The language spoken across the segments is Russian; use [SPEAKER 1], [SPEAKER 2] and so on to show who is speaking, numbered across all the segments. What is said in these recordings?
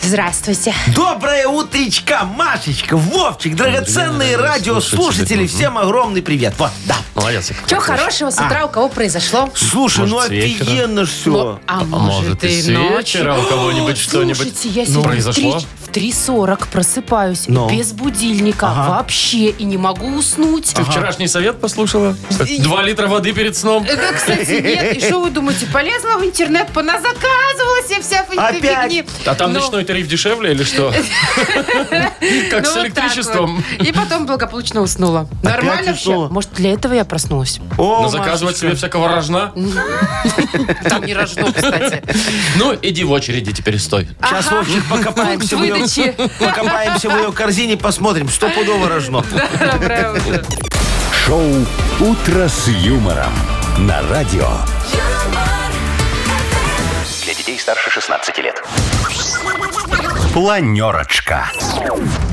[SPEAKER 1] Здравствуйте.
[SPEAKER 2] Доброе утречка, Машечка, Вовчик, драгоценные
[SPEAKER 3] Блин,
[SPEAKER 2] радиослушатели.
[SPEAKER 3] слушатели.
[SPEAKER 2] Всем огромный привет. Вот, да.
[SPEAKER 3] Молодец.
[SPEAKER 1] Чего хорошего с
[SPEAKER 3] А.
[SPEAKER 1] утра у кого произошло?
[SPEAKER 2] Слушай,
[SPEAKER 3] Может,
[SPEAKER 2] ну
[SPEAKER 3] с вечера?
[SPEAKER 2] офигенно все.
[SPEAKER 1] А
[SPEAKER 3] А может, и с вечера у кого-нибудь что-нибудь
[SPEAKER 1] Слушайте, я
[SPEAKER 3] ну,
[SPEAKER 1] сегодня
[SPEAKER 3] произошло?
[SPEAKER 1] в 3 в 3.40 просыпаюсь
[SPEAKER 2] Ну.
[SPEAKER 1] без будильника вообще и не могу уснуть.
[SPEAKER 3] Ты вчерашний совет послушала? Два литра воды перед сном?
[SPEAKER 1] Да, кстати, нет. И что вы думаете, полезла в интернет, поназаказывала себе вся в этой
[SPEAKER 2] Опять?
[SPEAKER 1] фигни.
[SPEAKER 3] А там
[SPEAKER 1] Ну,
[SPEAKER 3] ночной тариф дешевле или что? Как
[SPEAKER 1] ну,
[SPEAKER 3] с
[SPEAKER 1] вот
[SPEAKER 3] электричеством.
[SPEAKER 1] так вот. И потом благополучно уснула. Нормально
[SPEAKER 2] уснула?
[SPEAKER 1] вообще? Может, для этого я проснулась?
[SPEAKER 2] О,
[SPEAKER 3] Но заказывать себе
[SPEAKER 2] Машечка.
[SPEAKER 3] всякого рожна?
[SPEAKER 1] Там не рожно, кстати.
[SPEAKER 3] Ну, иди в очереди теперь стой.
[SPEAKER 2] Сейчас, Вовчик, покопаемся в, ее,
[SPEAKER 1] Выдачи.
[SPEAKER 2] покопаемся в ее корзине, посмотрим, стопудово рожно.
[SPEAKER 1] Доброе утро.
[SPEAKER 4] Шоу «Утро с юмором» на радио.
[SPEAKER 5] Для детей старше 16 лет.
[SPEAKER 4] Планерочка.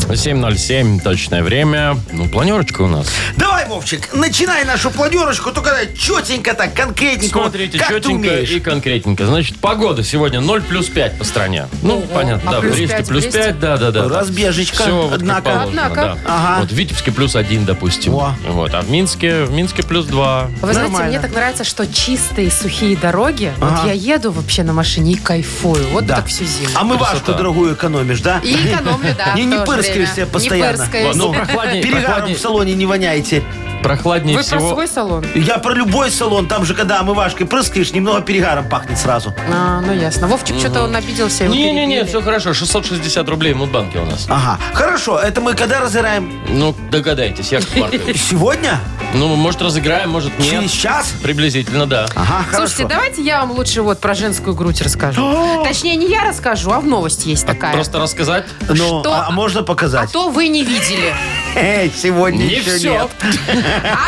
[SPEAKER 3] 7.07, точное время. Ну, планерочка у нас.
[SPEAKER 2] Давай, Вовчик, начинай нашу планерочку, только давай четенько так, конкретненько. вот
[SPEAKER 3] Смотрите,
[SPEAKER 2] как ты
[SPEAKER 3] четенько
[SPEAKER 2] умеешь.
[SPEAKER 3] и конкретненько. Значит, погода сегодня 0 плюс 5 по стране. Ну, понятно,
[SPEAKER 1] а
[SPEAKER 3] да, в
[SPEAKER 1] плюс
[SPEAKER 3] Рифте
[SPEAKER 1] пять,
[SPEAKER 3] плюс
[SPEAKER 1] Бресте?
[SPEAKER 3] 5, да, да, да.
[SPEAKER 2] Разбежечка,
[SPEAKER 3] Все, вот как
[SPEAKER 2] однако.
[SPEAKER 3] положено,
[SPEAKER 1] Однако.
[SPEAKER 3] да.
[SPEAKER 2] Ага.
[SPEAKER 3] Вот в Витебске плюс 1, допустим.
[SPEAKER 2] Во.
[SPEAKER 3] Вот, а в Минске, в Минске плюс 2.
[SPEAKER 1] Вы
[SPEAKER 2] Нормально.
[SPEAKER 1] знаете, мне так нравится, что чистые, сухие дороги.
[SPEAKER 2] Ага.
[SPEAKER 1] Вот я еду вообще на машине и кайфую. Вот так всю зиму.
[SPEAKER 2] А мы
[SPEAKER 3] Красота.
[SPEAKER 2] вашку дорогую экономишь, да?
[SPEAKER 1] И экономлю, да.
[SPEAKER 2] Не,
[SPEAKER 1] в
[SPEAKER 2] не
[SPEAKER 1] то же
[SPEAKER 2] пырскаешь
[SPEAKER 1] время.
[SPEAKER 2] себя постоянно.
[SPEAKER 1] Не пырскаюсь.
[SPEAKER 3] Ну, прохладнее,
[SPEAKER 2] Перегаром
[SPEAKER 3] прохладнее,
[SPEAKER 2] в салоне не воняйте.
[SPEAKER 3] прохладнее
[SPEAKER 1] Вы про
[SPEAKER 3] всего.
[SPEAKER 1] свой салон?
[SPEAKER 2] Я про любой салон, там же, когда омывашкой прыскаешь, немного перегаром пахнет сразу.
[SPEAKER 1] А, ну ясно. Вовчик, что-то он обиделся. его
[SPEAKER 3] Не-не-не,
[SPEAKER 1] перебили.
[SPEAKER 3] все хорошо, 660 рублей в Мудбанке у нас.
[SPEAKER 2] Ага, хорошо, это мы когда разыграем?
[SPEAKER 3] Ну, догадайтесь, Яков Маркович.
[SPEAKER 2] Сегодня?
[SPEAKER 3] Ну, может, разыграем, может,
[SPEAKER 2] Через
[SPEAKER 3] нет.
[SPEAKER 2] час?
[SPEAKER 3] Приблизительно, да.
[SPEAKER 2] Ага, хорошо.
[SPEAKER 1] Слушайте, давайте я вам лучше вот про женскую грудь расскажу. Точнее, не я расскажу, а в новость есть такая.
[SPEAKER 3] Просто рассказать?
[SPEAKER 2] Ну,
[SPEAKER 1] что-
[SPEAKER 2] а, а можно
[SPEAKER 1] А
[SPEAKER 2] показать?
[SPEAKER 1] то вы не видели.
[SPEAKER 2] Эй, сегодня
[SPEAKER 3] Не
[SPEAKER 2] еще
[SPEAKER 3] все.
[SPEAKER 2] нет.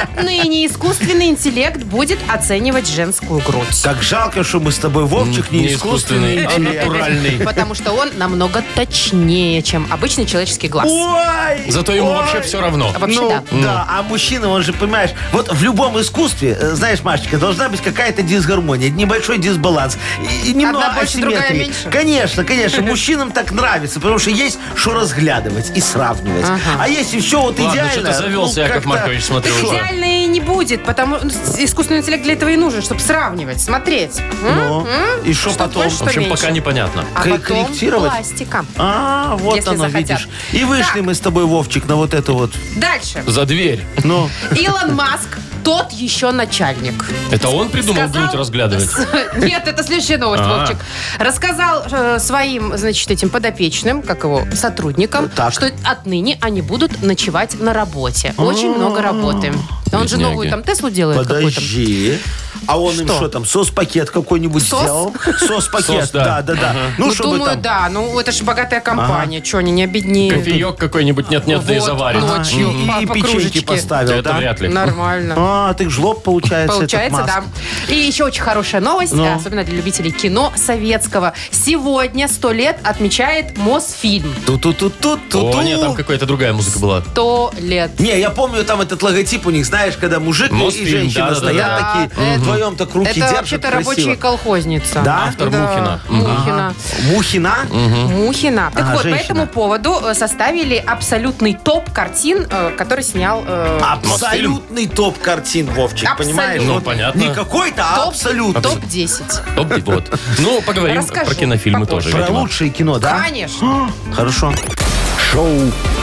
[SPEAKER 1] Отныне искусственный интеллект будет оценивать женскую грудь.
[SPEAKER 2] Как жалко, что мы с тобой, Вовчик, не,
[SPEAKER 3] Не искусственный, а
[SPEAKER 2] интеллект.
[SPEAKER 3] натуральный.
[SPEAKER 1] Потому что он намного точнее, чем обычный человеческий глаз.
[SPEAKER 2] Ой!
[SPEAKER 3] Зато ему
[SPEAKER 2] ой.
[SPEAKER 3] вообще все равно.
[SPEAKER 1] А вообще
[SPEAKER 2] ну,
[SPEAKER 1] да.
[SPEAKER 2] а мужчина, он же, понимаешь, вот в любом искусстве, э, знаешь, Машечка, должна быть какая-то дисгармония, небольшой дисбаланс. И, и немного
[SPEAKER 1] Одна больше, другая
[SPEAKER 2] асимметрии.
[SPEAKER 1] меньше.
[SPEAKER 2] Конечно, конечно, мужчинам так нравится, потому что есть что разглядывать и сравнивать. А если все вот
[SPEAKER 3] Ладно,
[SPEAKER 2] идеально... Ну,
[SPEAKER 3] что-то завелся, Яков
[SPEAKER 2] как-то-
[SPEAKER 3] Маркович, смотрю уже.
[SPEAKER 1] Идеально и не будет, потому ну, с- искусственный интеллект для этого и нужен, чтобы сравнивать, смотреть. М?
[SPEAKER 2] Ну, и что
[SPEAKER 1] Что
[SPEAKER 2] потом?
[SPEAKER 1] больше,
[SPEAKER 3] В общем, пока непонятно.
[SPEAKER 1] А
[SPEAKER 2] Кор-
[SPEAKER 1] потом
[SPEAKER 2] корректировать?
[SPEAKER 1] пластика.
[SPEAKER 2] А, вот
[SPEAKER 1] Если
[SPEAKER 2] оно,
[SPEAKER 1] захотят.
[SPEAKER 2] видишь. И вышли
[SPEAKER 1] Так.
[SPEAKER 2] мы с тобой, Вовчик, на вот это вот.
[SPEAKER 1] Дальше.
[SPEAKER 3] За дверь.
[SPEAKER 2] Ну,
[SPEAKER 1] Илон Маск, тот еще начальник.
[SPEAKER 3] Это он придумал
[SPEAKER 1] Сказал-
[SPEAKER 3] грудь разглядывать?
[SPEAKER 1] Нет, это следующая новость,
[SPEAKER 3] А.
[SPEAKER 1] Вовчик. Рассказал э, своим, значит, этим подопечным, как его, сотрудникам,
[SPEAKER 2] Так.
[SPEAKER 1] что отныне они будут ночевать на работе. Очень много работы. Он же
[SPEAKER 3] Бедняги.
[SPEAKER 1] новую там Теслу делает какую-то.
[SPEAKER 2] А. подожди. А он им что там, сос-пакет какой-нибудь
[SPEAKER 1] Сос?
[SPEAKER 2] сделал? Сос-пакет,
[SPEAKER 3] Сос, да.
[SPEAKER 2] да, да, да.
[SPEAKER 1] Ну,
[SPEAKER 2] Ну, чтобы
[SPEAKER 1] думаю,
[SPEAKER 2] там...
[SPEAKER 1] да. Ну, это же богатая компания. Че, они не обеднеют?
[SPEAKER 3] Кофеек какой-нибудь нет-нет, да и
[SPEAKER 1] Вот
[SPEAKER 3] заварит.
[SPEAKER 1] ночь.
[SPEAKER 2] А, И,
[SPEAKER 1] Чё,
[SPEAKER 2] и
[SPEAKER 1] по- по
[SPEAKER 2] печеньки
[SPEAKER 1] кружечке.
[SPEAKER 2] поставил,
[SPEAKER 3] Это
[SPEAKER 2] да?
[SPEAKER 3] вряд ли.
[SPEAKER 1] Нормально.
[SPEAKER 2] А, ты жлоб, получается,
[SPEAKER 1] Получается,
[SPEAKER 2] этот
[SPEAKER 1] да.
[SPEAKER 2] маск.
[SPEAKER 1] И еще очень хорошая новость,
[SPEAKER 2] Ну.
[SPEAKER 1] особенно для любителей кино советского. Сегодня сто лет отмечает Мосфильм.
[SPEAKER 2] ту ту ту ту ту
[SPEAKER 3] О, нет, там какая-то другая музыка была.
[SPEAKER 1] Сто лет.
[SPEAKER 2] Не, я помню там этот логотип у них, знаешь, когда мужик и- и
[SPEAKER 3] Мосфильм,
[SPEAKER 2] женщина
[SPEAKER 3] да-да-да.
[SPEAKER 2] стоят
[SPEAKER 1] Да,
[SPEAKER 2] такие,
[SPEAKER 1] это-
[SPEAKER 2] вдвоем так руки
[SPEAKER 1] Это
[SPEAKER 2] держат
[SPEAKER 1] вообще-то рабочие
[SPEAKER 2] красиво.
[SPEAKER 1] колхозница.
[SPEAKER 2] Да?
[SPEAKER 3] Автор
[SPEAKER 1] Да,
[SPEAKER 3] Мухина.
[SPEAKER 1] Мухина.
[SPEAKER 2] Мухина?
[SPEAKER 1] Мухина. Так
[SPEAKER 2] Ага,
[SPEAKER 1] вот,
[SPEAKER 2] женщина.
[SPEAKER 1] по этому поводу э, составили абсолютный топ картин, э, который снял э,
[SPEAKER 2] А, Абсолютный топ картин, Вовчик,
[SPEAKER 1] Абсолютно.
[SPEAKER 2] понимаешь?
[SPEAKER 3] Ну,
[SPEAKER 2] Вот
[SPEAKER 3] понятно.
[SPEAKER 2] Не какой-то, а
[SPEAKER 1] топ,
[SPEAKER 2] абсолютный.
[SPEAKER 1] топ-10.
[SPEAKER 3] Топ, вот. Ну, поговорим
[SPEAKER 1] Расскажу
[SPEAKER 3] про кинофильмы
[SPEAKER 1] попозже.
[SPEAKER 3] тоже,
[SPEAKER 2] Про
[SPEAKER 3] видимо.
[SPEAKER 2] лучшее кино, да?
[SPEAKER 1] Конечно.
[SPEAKER 2] Хорошо.
[SPEAKER 4] Шоу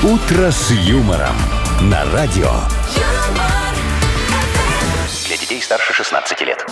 [SPEAKER 4] «Утро с юмором» на радио.
[SPEAKER 5] Для детей старше 16 лет.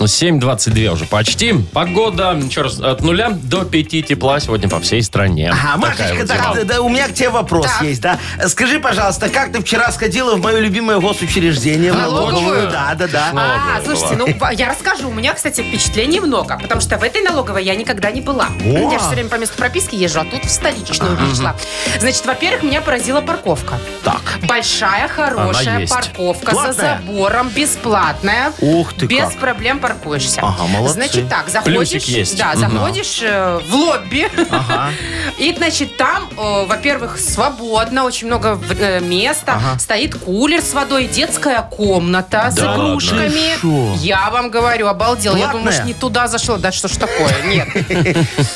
[SPEAKER 3] 7.22 уже почти. Погода, еще раз, от нуля до 5 тепла сегодня по всей стране.
[SPEAKER 2] Ага,
[SPEAKER 3] Такая
[SPEAKER 2] Машечка,
[SPEAKER 3] вот
[SPEAKER 2] так,
[SPEAKER 3] зима.
[SPEAKER 2] да, да, у меня к тебе вопрос
[SPEAKER 1] Так.
[SPEAKER 2] есть, да? Скажи, пожалуйста, как ты вчера сходила в мое любимое госучреждение? в
[SPEAKER 1] Налоговую?
[SPEAKER 2] Да, да, да.
[SPEAKER 3] Ну,
[SPEAKER 1] А,
[SPEAKER 3] ладно,
[SPEAKER 1] слушайте, ну ба- я расскажу. У меня, кстати, впечатлений много, потому что в этой налоговой я никогда не была.
[SPEAKER 2] О!
[SPEAKER 1] Я же все время по месту прописки езжу, а тут в столичную пришла. Значит, во-первых, меня поразила парковка.
[SPEAKER 3] так.
[SPEAKER 1] Большая,
[SPEAKER 3] Она
[SPEAKER 1] хорошая
[SPEAKER 3] есть.
[SPEAKER 1] парковка
[SPEAKER 2] Платная?
[SPEAKER 1] за забором, бесплатная.
[SPEAKER 2] Ух ты
[SPEAKER 1] Без
[SPEAKER 2] как.
[SPEAKER 1] проблем паркуешься.
[SPEAKER 2] Ага, молодцы.
[SPEAKER 1] Значит так, заходишь,
[SPEAKER 3] Плюсик есть.
[SPEAKER 1] Да,
[SPEAKER 3] Мгм.
[SPEAKER 1] заходишь э, в лобби.
[SPEAKER 2] Ага.
[SPEAKER 1] И, значит, там, э, во-первых, свободно, очень много э, места.
[SPEAKER 2] Ага.
[SPEAKER 1] Стоит кулер с водой, детская комната с
[SPEAKER 3] Да ладно?
[SPEAKER 1] игрушками.
[SPEAKER 2] Ты шо?
[SPEAKER 1] Я вам говорю, обалдела. Я
[SPEAKER 2] Платная?
[SPEAKER 1] думаю, может, не туда зашла. Да что ж такое? Нет.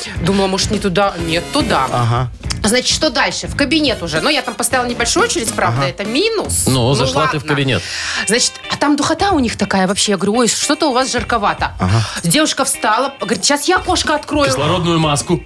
[SPEAKER 1] Думала, может, не туда. Нет, туда.
[SPEAKER 2] Ага.
[SPEAKER 1] Значит, что дальше? В кабинет уже. Ну, я там поставила небольшую очередь, правда, это минус.
[SPEAKER 3] Ну, зашла ты в
[SPEAKER 1] ладно.
[SPEAKER 3] кабинет.
[SPEAKER 1] Значит, а там духота у них такая вообще. Я говорю, ой, что-то у вас жарковато. Девушка встала, говорит, сейчас я окошко открою.
[SPEAKER 3] Кислородную маску.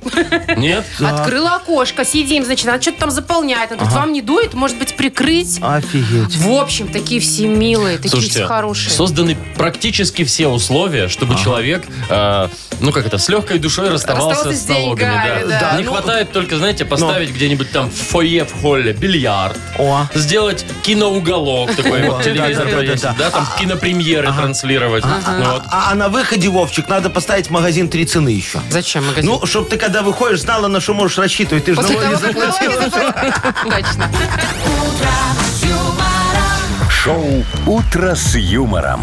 [SPEAKER 3] Нет?
[SPEAKER 1] Открыла окошко, сидим, значит, она что-то там заполняет. Она говорит, вам не дует, может быть, прикрыть?
[SPEAKER 3] А.
[SPEAKER 2] Офигеть.
[SPEAKER 1] В общем, такие все милые, такие все хорошие.
[SPEAKER 3] созданы практически все условия, чтобы человек, э, ну как это, с легкой душой расставался
[SPEAKER 1] Расстался
[SPEAKER 3] с
[SPEAKER 1] с
[SPEAKER 3] налогами.
[SPEAKER 1] деньгами, да.
[SPEAKER 3] Не
[SPEAKER 2] Ну,
[SPEAKER 3] хватает только, знаете, поставить где-нибудь там в фойе, в холле бильярд,
[SPEAKER 2] О.
[SPEAKER 3] сделать киноуголок такой, вот
[SPEAKER 2] да,
[SPEAKER 3] телевизор
[SPEAKER 2] да, да,
[SPEAKER 3] повесить,
[SPEAKER 2] да, А, да.
[SPEAKER 3] да, там кинопремьеры транслировать. Ну вот.
[SPEAKER 2] А, а на выходе, Вовчик, надо поставить магазин три цены еще.
[SPEAKER 1] Зачем магазин?
[SPEAKER 2] Ну, чтобы ты когда выходишь, знала, на что можешь рассчитывать. Ты же
[SPEAKER 1] После
[SPEAKER 2] налоги
[SPEAKER 1] того, как
[SPEAKER 2] заплатила.
[SPEAKER 1] налоги заплатили. Точно.
[SPEAKER 4] Шоу «Утро с юмором».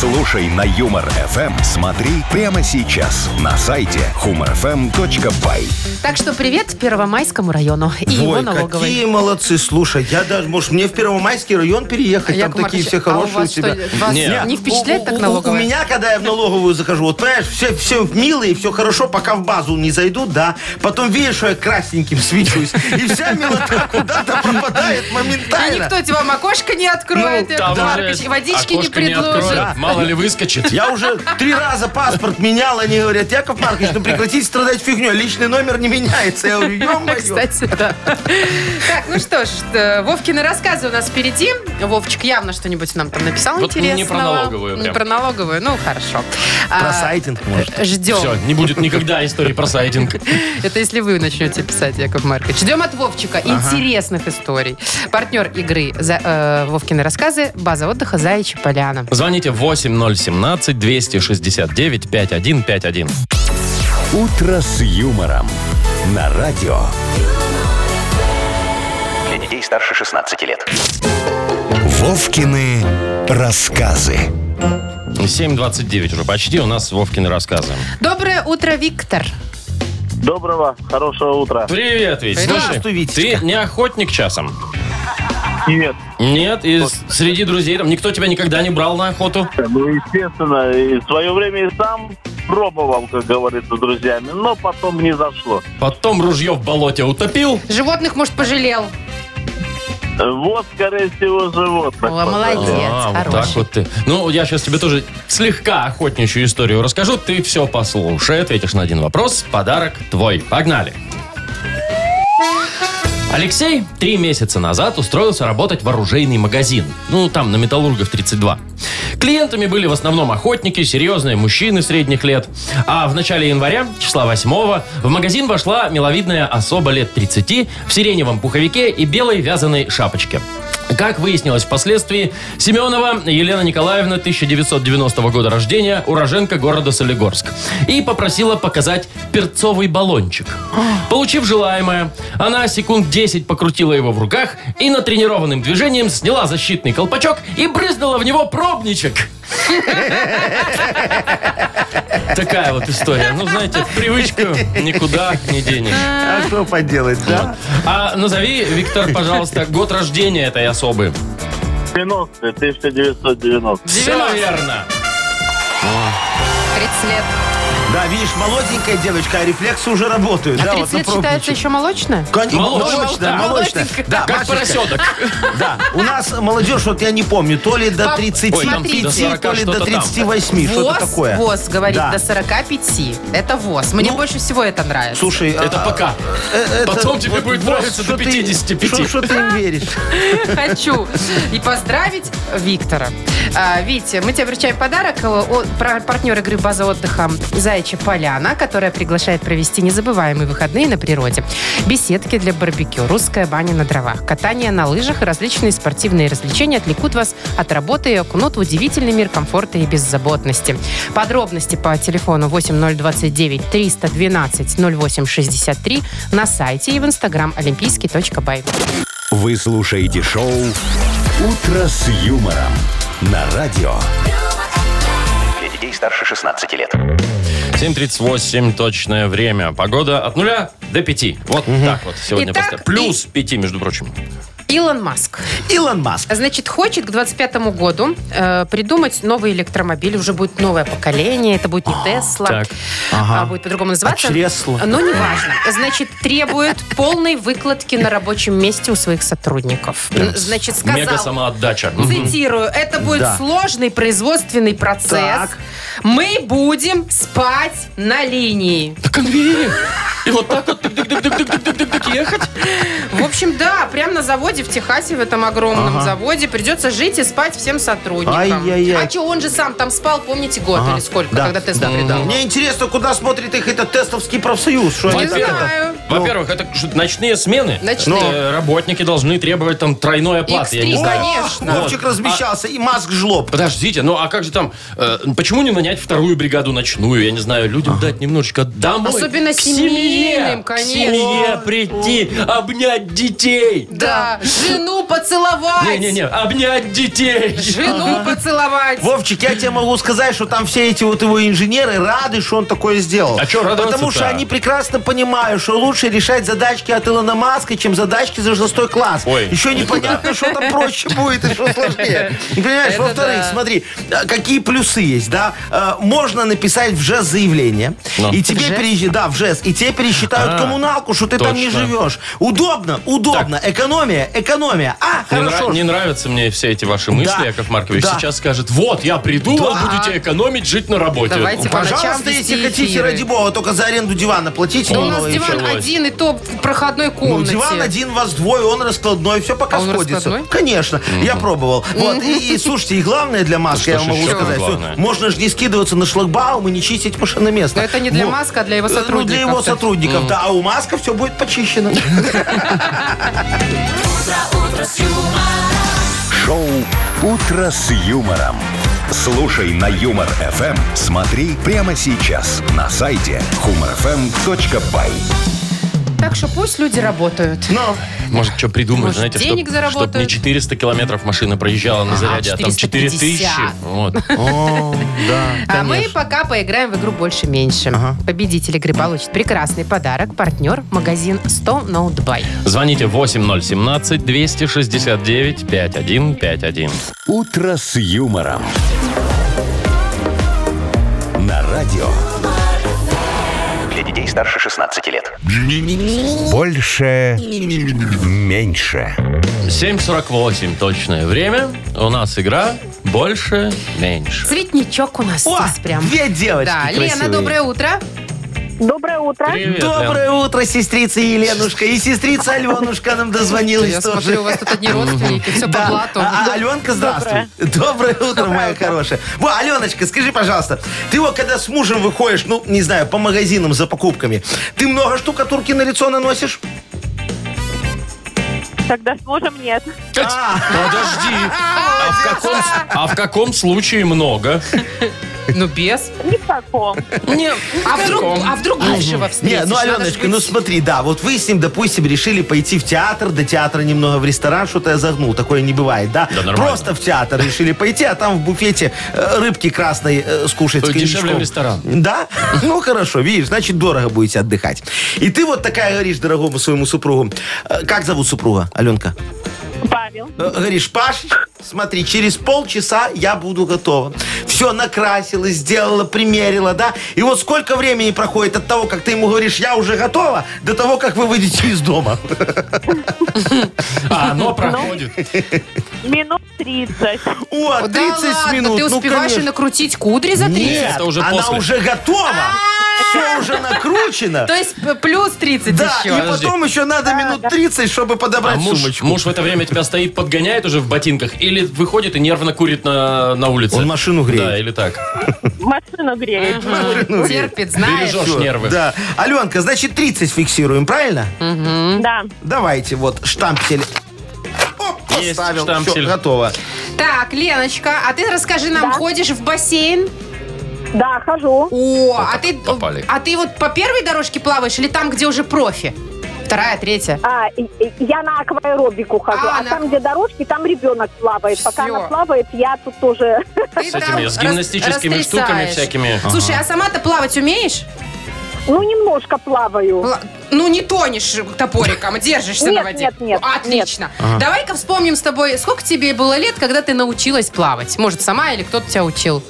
[SPEAKER 4] Слушай на Юмор ФМ. Смотри прямо сейчас на сайте humorfm.by.
[SPEAKER 1] Так что привет Первомайскому району и его
[SPEAKER 2] Ой,
[SPEAKER 1] налоговой.
[SPEAKER 2] какие молодцы. Слушай, я даже, может, мне в Первомайский район переехать.
[SPEAKER 1] Яков
[SPEAKER 2] Там такие
[SPEAKER 1] Маркович,
[SPEAKER 2] все хорошие
[SPEAKER 1] а у вас
[SPEAKER 2] тебя.
[SPEAKER 1] что, вас
[SPEAKER 3] Не.
[SPEAKER 1] не впечатляет
[SPEAKER 2] У-
[SPEAKER 1] так
[SPEAKER 2] у- у-
[SPEAKER 1] налоговая?
[SPEAKER 2] У меня, когда я в налоговую захожу, вот понимаешь, все, все милые, все хорошо, пока в базу не зайду, да. Потом видишь, что я красненьким свечусь. И вся милота куда-то пропадает
[SPEAKER 1] А
[SPEAKER 2] моментально.
[SPEAKER 1] никто тебе вам окошко не откроет,
[SPEAKER 2] Ну,
[SPEAKER 1] Яков
[SPEAKER 3] Там
[SPEAKER 1] Маркович,
[SPEAKER 3] уже
[SPEAKER 1] и водички не
[SPEAKER 3] окошко
[SPEAKER 1] предложит.
[SPEAKER 3] откроют, Мало ли выскочит.
[SPEAKER 2] Я уже три раза паспорт менял, они говорят, Яков Маркович, ну прекратите страдать фигней, личный номер не меняется. Я говорю, ё-моё.
[SPEAKER 1] Кстати, да. Так, ну что ж, э, Вовкины рассказы у нас впереди. Вовчик явно что-нибудь нам там написал
[SPEAKER 3] Вот не
[SPEAKER 1] интересного.
[SPEAKER 3] про налоговую
[SPEAKER 1] Не
[SPEAKER 3] прям.
[SPEAKER 1] про налоговую, ну хорошо.
[SPEAKER 2] Про
[SPEAKER 1] А,
[SPEAKER 2] сайтинг, может.
[SPEAKER 3] Все,
[SPEAKER 1] Ждем.
[SPEAKER 3] не будет никогда истории про сайдинг.
[SPEAKER 1] Это если вы начнете писать, Яков Маркович. Ждем от Вовчика интересных историй. Партнер игры за, э, «Вовкины рассказы» – база отдыха «Заячья поляна».
[SPEAKER 3] Звоните 8017-269-5151.
[SPEAKER 4] «Утро с юмором» на радио.
[SPEAKER 5] Для детей старше 16 лет.
[SPEAKER 4] Вовкины рассказы.
[SPEAKER 3] 7.29 уже почти, у нас Вовкины рассказы.
[SPEAKER 1] Доброе утро, Виктор.
[SPEAKER 6] Доброго, хорошего утра.
[SPEAKER 3] Привет, Вить.
[SPEAKER 1] Привет.
[SPEAKER 3] Слушай,
[SPEAKER 2] Здравствуй,
[SPEAKER 3] ты
[SPEAKER 2] Витечка.
[SPEAKER 3] не охотник часом?
[SPEAKER 6] Нет,
[SPEAKER 3] Нет, и с- среди друзей там никто тебя никогда не брал на охоту?
[SPEAKER 6] ну, естественно, и в свое время и сам пробовал, как говорится, с друзьями, но потом не зашло.
[SPEAKER 3] Потом ружье в болоте утопил?
[SPEAKER 1] Животных, может, пожалел?
[SPEAKER 6] Вот, скорее всего, животных.
[SPEAKER 1] О, молодец,
[SPEAKER 3] А, вот так
[SPEAKER 1] хороший.
[SPEAKER 3] вот ты. Ну, я сейчас тебе тоже слегка охотничью историю расскажу. Ты все послушай, ответишь на один вопрос. Подарок твой. Погнали. Алексей три месяца назад устроился работать в оружейный магазин. Ну, там, на Металлургов 32. Клиентами были в основном охотники, серьезные мужчины средних лет. А в начале января, числа 8 в магазин вошла миловидная особа лет 30 в сиреневом пуховике и белой вязаной шапочке. Как выяснилось впоследствии, Семенова Елена Николаевна 1990 года рождения, уроженка города Солигорск, и попросила показать перцовый баллончик. Получив желаемое, она секунд 10 покрутила его в руках и натренированным движением сняла защитный колпачок и брызнула в него пробничек. Такая вот история. Ну, знаете, в привычку никуда не денешь.
[SPEAKER 2] А что поделать, да?
[SPEAKER 3] А назови, Виктор, пожалуйста, год рождения этой особы.
[SPEAKER 6] 90-е, 1990.
[SPEAKER 3] Все верно.
[SPEAKER 1] 30 лет.
[SPEAKER 2] Да, видишь, молоденькая девочка, а рефлексы уже работают.
[SPEAKER 1] А
[SPEAKER 2] да,
[SPEAKER 1] 30
[SPEAKER 2] вот на
[SPEAKER 1] лет
[SPEAKER 2] пробничек.
[SPEAKER 1] считается еще молочная?
[SPEAKER 2] Кон-
[SPEAKER 3] Молочная.
[SPEAKER 2] Молочная, молочная.
[SPEAKER 1] Молоденькая.
[SPEAKER 2] Да,
[SPEAKER 3] Как
[SPEAKER 2] Машечка,
[SPEAKER 3] поросенок.
[SPEAKER 2] Да, у нас молодежь, вот я не помню, то ли до
[SPEAKER 1] Пап,
[SPEAKER 2] 30,
[SPEAKER 3] Ой, там до 40,
[SPEAKER 2] то ли
[SPEAKER 3] что-то
[SPEAKER 2] до
[SPEAKER 3] там.
[SPEAKER 2] 38, что-то
[SPEAKER 1] ВОЗ,
[SPEAKER 2] такое.
[SPEAKER 1] ВОЗ говорит
[SPEAKER 2] Да.
[SPEAKER 1] до 45. Это ВОЗ. Мне
[SPEAKER 2] Ну,
[SPEAKER 1] больше всего это нравится.
[SPEAKER 2] Слушай,
[SPEAKER 3] Это
[SPEAKER 2] а,
[SPEAKER 3] пока.
[SPEAKER 2] э, это
[SPEAKER 3] Потом тебе
[SPEAKER 2] вот
[SPEAKER 3] будет
[SPEAKER 2] вот
[SPEAKER 3] нравиться
[SPEAKER 2] что
[SPEAKER 3] до
[SPEAKER 2] ты-
[SPEAKER 3] 55.
[SPEAKER 2] Что, что ты им веришь?
[SPEAKER 1] Хочу. И поздравить Виктора. А, Витя, мы тебе вручаем подарок. Э, о- пар- партнер игры «База отдыха» «Заячья поляна», которая приглашает провести незабываемые выходные на природе. Беседки для барбекю, русская баня на дровах, катание на лыжах и различные спортивные развлечения отвлекут вас от работы и окунут в удивительный мир комфорта и беззаботности. Подробности по телефону 8029 312 0863 на сайте и в инстаграм олимпийский.бай.
[SPEAKER 4] Вы слушаете шоу «Утро с юмором» на радио.
[SPEAKER 5] Для детей старше 16 лет.
[SPEAKER 3] 7.38 точное время. Погода от нуля до 5. Вот так вот сегодня
[SPEAKER 1] Итак,
[SPEAKER 3] поставь. Плюс 5, между прочим.
[SPEAKER 1] Илон Маск.
[SPEAKER 2] Илон Маск.
[SPEAKER 1] Значит, хочет к 25 году э, придумать новый электромобиль. Уже будет новое поколение. Это будет не Тесла,
[SPEAKER 3] так.
[SPEAKER 1] а будет по-другому называться.
[SPEAKER 2] А Чресла?
[SPEAKER 1] Но неважно. Значит, требует полной выкладки на рабочем месте у своих сотрудников. Н- Значит, сказал...
[SPEAKER 3] Мега самоотдача. Мгм.
[SPEAKER 1] Цитирую, это будет
[SPEAKER 2] Да.
[SPEAKER 1] сложный производственный процесс.
[SPEAKER 2] Так.
[SPEAKER 1] Мы будем спать на линии.
[SPEAKER 3] На конвейере. И вот так вот тык-тык-тык-тык-тык-тык-тык ехать.
[SPEAKER 1] В общем, да, прям на заводе в Техасе, в этом огромном заводе, придется жить и спать всем сотрудникам.
[SPEAKER 2] Ай-яй-яй.
[SPEAKER 1] А что, он же сам там спал, помните, год
[SPEAKER 2] Ага.
[SPEAKER 1] или сколько,
[SPEAKER 2] Да,
[SPEAKER 1] когда Тесла
[SPEAKER 2] да, да.
[SPEAKER 1] придумал?
[SPEAKER 2] Мне интересно, куда смотрит их этот Тесловский профсоюз. Что они
[SPEAKER 1] Не
[SPEAKER 2] так это-
[SPEAKER 1] знаю.
[SPEAKER 3] Во-первых, это что, ночные смены.
[SPEAKER 1] Ночные.
[SPEAKER 3] Э, Работники должны требовать там тройной оплаты. Я не
[SPEAKER 1] X3,
[SPEAKER 3] знаю.
[SPEAKER 1] конечно.
[SPEAKER 2] Вовчик размещался, и Маск жлоб.
[SPEAKER 3] Подождите, ну а как же там, э, почему не нанять вторую бригаду ночную, я не знаю, людям дать немножечко домой.
[SPEAKER 1] Особенно
[SPEAKER 3] к семье,
[SPEAKER 1] семейным,
[SPEAKER 3] к
[SPEAKER 1] конечно.
[SPEAKER 3] семье прийти, обнять детей.
[SPEAKER 1] Да, жену поцеловать.
[SPEAKER 3] Не-не-не, обнять детей.
[SPEAKER 1] Жену поцеловать.
[SPEAKER 2] Вовчик, я тебе могу сказать, что там все эти вот его инженеры рады, что он такое сделал.
[SPEAKER 3] А чё радоваться-то?
[SPEAKER 2] Потому что они прекрасно понимают, что лучше решать задачки от Илона Маска, чем задачки за шестой класс.
[SPEAKER 3] Ой,
[SPEAKER 2] Еще непонятно, что там проще будет и что сложнее. И Понимаешь,
[SPEAKER 1] Это
[SPEAKER 2] во-вторых,
[SPEAKER 1] да.
[SPEAKER 2] смотри, а, какие плюсы есть, да? А, Можно написать в ЖЭС заявление,
[SPEAKER 3] Ну.
[SPEAKER 2] и тебе переч- да, в ЖЭС, и тебе пересчитают
[SPEAKER 3] А,
[SPEAKER 2] коммуналку, что ты там не
[SPEAKER 3] точно.
[SPEAKER 2] живешь. Удобно, удобно, экономия, экономия. А,
[SPEAKER 3] Не,
[SPEAKER 2] хорошо.
[SPEAKER 3] нра- не нравятся мне все эти ваши мысли,
[SPEAKER 2] Да.
[SPEAKER 3] Яков Маркович.
[SPEAKER 2] Да.
[SPEAKER 3] Сейчас скажет, вот, я придумал,
[SPEAKER 2] Да.
[SPEAKER 3] будете экономить, жить на работе.
[SPEAKER 1] Давайте по ночам
[SPEAKER 2] Пожалуйста,
[SPEAKER 1] вести
[SPEAKER 2] если хотите,
[SPEAKER 1] эфиры.
[SPEAKER 2] ради бога, только за аренду дивана платите.
[SPEAKER 1] Да у
[SPEAKER 2] немного,
[SPEAKER 1] нас
[SPEAKER 2] и
[SPEAKER 1] диван
[SPEAKER 2] всё.
[SPEAKER 3] началось.
[SPEAKER 1] один, и то в проходной
[SPEAKER 2] Ну,
[SPEAKER 1] комнате.
[SPEAKER 2] диван один, вас двое, он раскладной, все пока
[SPEAKER 1] А он
[SPEAKER 2] сходится.
[SPEAKER 1] раскладной?
[SPEAKER 2] Конечно, я пробовал. Вот, и, и, слушайте, и главное для Маска,
[SPEAKER 3] Да
[SPEAKER 2] я
[SPEAKER 3] что
[SPEAKER 2] вам
[SPEAKER 3] ж
[SPEAKER 2] могу
[SPEAKER 3] еще
[SPEAKER 2] сказать, что
[SPEAKER 3] главное?
[SPEAKER 2] можно же не скидываться на шлагбаум и не чистить машиноместо.
[SPEAKER 1] Но это не для Маска, а для его
[SPEAKER 2] э, Ну, для
[SPEAKER 1] сотрудников.
[SPEAKER 2] его сотрудников, да, а у Маска все будет почищено.
[SPEAKER 4] Шоу «Утро с юмором». Слушай на Юмор ФМ. Смотри прямо сейчас на сайте humorfm.by.
[SPEAKER 1] Так что пусть люди работают.
[SPEAKER 2] Но
[SPEAKER 3] Может, что придумать,
[SPEAKER 1] Может,
[SPEAKER 3] знаете,
[SPEAKER 1] денег
[SPEAKER 3] чтобы
[SPEAKER 1] заработают?
[SPEAKER 3] не 400 километров машина проезжала на заряде, а, там
[SPEAKER 1] 450.
[SPEAKER 3] 4000. Вот.
[SPEAKER 1] А мы пока поиграем в игру «Больше-меньше». Победитель игры получит прекрасный подарок. Партнер – магазин 100 Ноутбай.
[SPEAKER 3] Звоните 8017-269-5151.
[SPEAKER 4] «Утро с юмором». На радио
[SPEAKER 5] Для детей старше 16 лет.
[SPEAKER 4] «Больше, меньше».
[SPEAKER 3] 7.48 точное время. У нас игра больше-меньше.
[SPEAKER 1] Цветничок у нас
[SPEAKER 2] О,
[SPEAKER 1] здесь прям.
[SPEAKER 2] две девочки
[SPEAKER 1] Да, Лена,
[SPEAKER 2] красивые.
[SPEAKER 1] доброе утро.
[SPEAKER 7] Доброе утро.
[SPEAKER 3] Привет, Лен.
[SPEAKER 2] Доброе утро, сестрица Еленушка. И сестрица Аленушка нам дозвонилась
[SPEAKER 1] Я
[SPEAKER 2] тоже.
[SPEAKER 1] смотрю, у вас тут одни родственники, все по
[SPEAKER 2] Да.
[SPEAKER 1] блату.
[SPEAKER 2] А, а, Аленка, здравствуй. Доброе, утро, моя хорошая. Во, Аленочка, скажи, пожалуйста, ты вот когда с мужем выходишь, ну, не знаю, по магазинам за покупками, ты много штукатурки на лицо наносишь?
[SPEAKER 7] Тогда с мужем нет.
[SPEAKER 3] Кать, Подожди. А в, каком, а в каком случае много?
[SPEAKER 1] Ну, без.
[SPEAKER 7] Ни в каком.
[SPEAKER 3] Нет.
[SPEAKER 1] А вдруг, а вдруг бывшего встретишь?
[SPEAKER 2] Не, ну,
[SPEAKER 1] Надо ж
[SPEAKER 2] Аленочка,
[SPEAKER 1] быть-
[SPEAKER 2] ну смотри, да, вот вы с ним, допустим, решили пойти в театр, до театра немного в ресторан, что-то я загнул, такое не бывает, да?
[SPEAKER 3] Да, нормально.
[SPEAKER 2] Просто в театр решили пойти, а там в буфете э, рыбки красной э, скушать. с
[SPEAKER 3] Э, дешевле
[SPEAKER 2] коньячком.
[SPEAKER 3] ресторан.
[SPEAKER 2] Да? Ну, хорошо, видишь, значит, дорого будете отдыхать. И ты вот такая говоришь дорогому своему супругу. э, Как зовут супруга, Аленка?
[SPEAKER 7] Павел.
[SPEAKER 2] Э, Говоришь, Паш, смотри, через полчаса я буду готова. Все накрасила, сделала, примерила, да? И вот сколько времени проходит от того, как ты ему говоришь, я уже готова, до того, как вы выйдете из дома.
[SPEAKER 3] А, оно проходит.
[SPEAKER 7] Минут 30.
[SPEAKER 2] О, 30
[SPEAKER 1] да ладно,
[SPEAKER 2] минут.
[SPEAKER 1] ты
[SPEAKER 2] ну,
[SPEAKER 1] успеваешь и
[SPEAKER 2] конечно.
[SPEAKER 1] накрутить кудри за 30?
[SPEAKER 2] Нет,
[SPEAKER 3] Это уже
[SPEAKER 2] она
[SPEAKER 3] после.
[SPEAKER 2] уже готова. Все уже накручено.
[SPEAKER 1] То есть п- плюс 30
[SPEAKER 2] Да, и
[SPEAKER 1] еще.
[SPEAKER 3] Подожди.
[SPEAKER 2] потом еще надо минут 30, чтобы
[SPEAKER 3] А
[SPEAKER 2] подобрать
[SPEAKER 3] муж,
[SPEAKER 2] сумочку.
[SPEAKER 3] муж в это время тебя стоит, подгоняет уже в ботинках, или выходит и нервно курит на, на улице.
[SPEAKER 2] Он машину греет.
[SPEAKER 3] Да, или так.
[SPEAKER 7] Машину греет.
[SPEAKER 2] ну,
[SPEAKER 1] Мгм. Терпит, знаешь.
[SPEAKER 3] Бережешь нервы.
[SPEAKER 2] Да. Аленка, значит, 30 фиксируем, правильно?
[SPEAKER 7] Да.
[SPEAKER 2] Давайте, вот, штампсель. Оп,
[SPEAKER 3] Есть
[SPEAKER 2] поставил.
[SPEAKER 3] штампсель.
[SPEAKER 2] Все, готово.
[SPEAKER 1] Так, Леночка, а ты расскажи нам,
[SPEAKER 7] Да.
[SPEAKER 1] ходишь в бассейн?
[SPEAKER 7] Да, хожу.
[SPEAKER 1] О,
[SPEAKER 3] Вот
[SPEAKER 1] а
[SPEAKER 3] так
[SPEAKER 1] ты,
[SPEAKER 3] вот попали.
[SPEAKER 1] а ты вот по первой дорожке плаваешь или там, где уже профи? Вторая, третья.
[SPEAKER 7] А, и- и я на акваэробику хожу,
[SPEAKER 1] А,
[SPEAKER 7] а,
[SPEAKER 1] на
[SPEAKER 7] там, где дорожки, там ребенок плавает. Пока
[SPEAKER 1] Всё.
[SPEAKER 7] она плавает, я тут тоже
[SPEAKER 1] Ты
[SPEAKER 3] С
[SPEAKER 1] там
[SPEAKER 3] этими, с
[SPEAKER 1] рас-
[SPEAKER 3] гимнастическими штуками
[SPEAKER 1] растрясаешь.
[SPEAKER 3] всякими.
[SPEAKER 1] Слушай, а сама-то плавать умеешь?
[SPEAKER 7] Ну, немножко плаваю.
[SPEAKER 1] Пла- Ну, не тонешь топориком, держишься на
[SPEAKER 7] Нет,
[SPEAKER 1] воде.
[SPEAKER 7] нет, нет,
[SPEAKER 1] Ну, Отлично. Давай-ка вспомним с тобой, сколько тебе было лет, когда ты научилась плавать? Может, сама или кто-то тебя учил?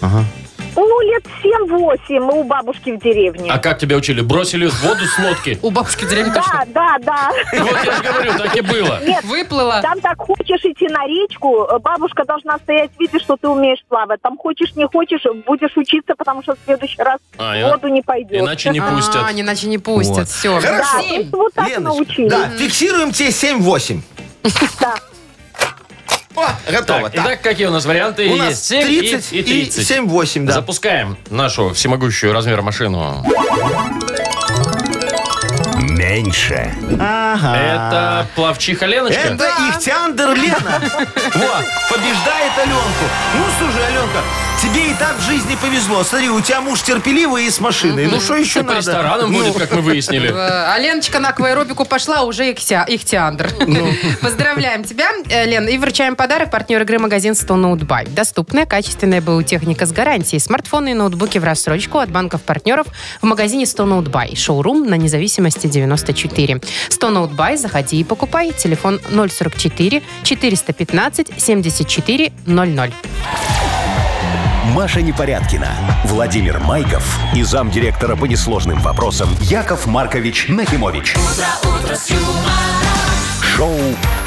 [SPEAKER 7] Ну, лет 7-8 мы у бабушки в деревне.
[SPEAKER 3] А как тебя учили? Бросили в воду с лодки?
[SPEAKER 1] У бабушки в деревне
[SPEAKER 7] Да,
[SPEAKER 1] точно.
[SPEAKER 7] да, да.
[SPEAKER 3] Вот я же говорю, так и было.
[SPEAKER 1] Выплыла.
[SPEAKER 7] Там так хочешь идти на речку, э, бабушка должна стоять, видишь, что ты умеешь плавать. Там хочешь, не хочешь, будешь учиться, потому что в следующий раз
[SPEAKER 3] А,
[SPEAKER 7] в
[SPEAKER 3] я-
[SPEAKER 7] воду не пойдешь.
[SPEAKER 3] Иначе не
[SPEAKER 1] А,
[SPEAKER 3] пустят.
[SPEAKER 1] иначе не пустят.
[SPEAKER 8] Вот.
[SPEAKER 1] Все.
[SPEAKER 7] Да,
[SPEAKER 2] Хорошо.
[SPEAKER 7] то есть вот так
[SPEAKER 2] Леночка,
[SPEAKER 7] научили.
[SPEAKER 2] да, фиксируем тебе 7-8.
[SPEAKER 7] Да.
[SPEAKER 2] О, готово.
[SPEAKER 3] Так, итак, какие у нас варианты?
[SPEAKER 2] У нас
[SPEAKER 3] Есть 7 и-
[SPEAKER 2] 30
[SPEAKER 3] и
[SPEAKER 2] и
[SPEAKER 3] 30.
[SPEAKER 2] 7-8, да.
[SPEAKER 3] Запускаем нашу всемогущую размер машину.
[SPEAKER 4] Меньше.
[SPEAKER 3] Это плавчиха Леночка.
[SPEAKER 2] А. Это Ихтиандр Лена. Вот, побеждает Аленку. Ну, слушай, Аленка, тебе и так в жизни повезло. Смотри, у тебя муж терпеливый и с машиной. Ну, что еще
[SPEAKER 3] И по
[SPEAKER 2] надо?
[SPEAKER 3] ресторанам
[SPEAKER 2] Ну,
[SPEAKER 3] будет, как мы выяснили.
[SPEAKER 1] Э, А Леночка на акваэробику пошла, а уже ихтя- ихтиандр.
[SPEAKER 3] Ну.
[SPEAKER 1] Поздравляем тебя, э, Лен, и вручаем подарок партнер игры магазин 100 ноутбай. Доступная, качественная БУ техника с гарантией. Смартфоны и ноутбуки в рассрочку от банков-партнеров в магазине 100 ноутбай. Шоурум на независимости 94. 100 ноутбай, заходи и покупай. Телефон 044 415 74 00.
[SPEAKER 4] Маша Непорядкина, Владимир Майков и замдиректора по несложным вопросам Яков Маркович Нахимович. Шоу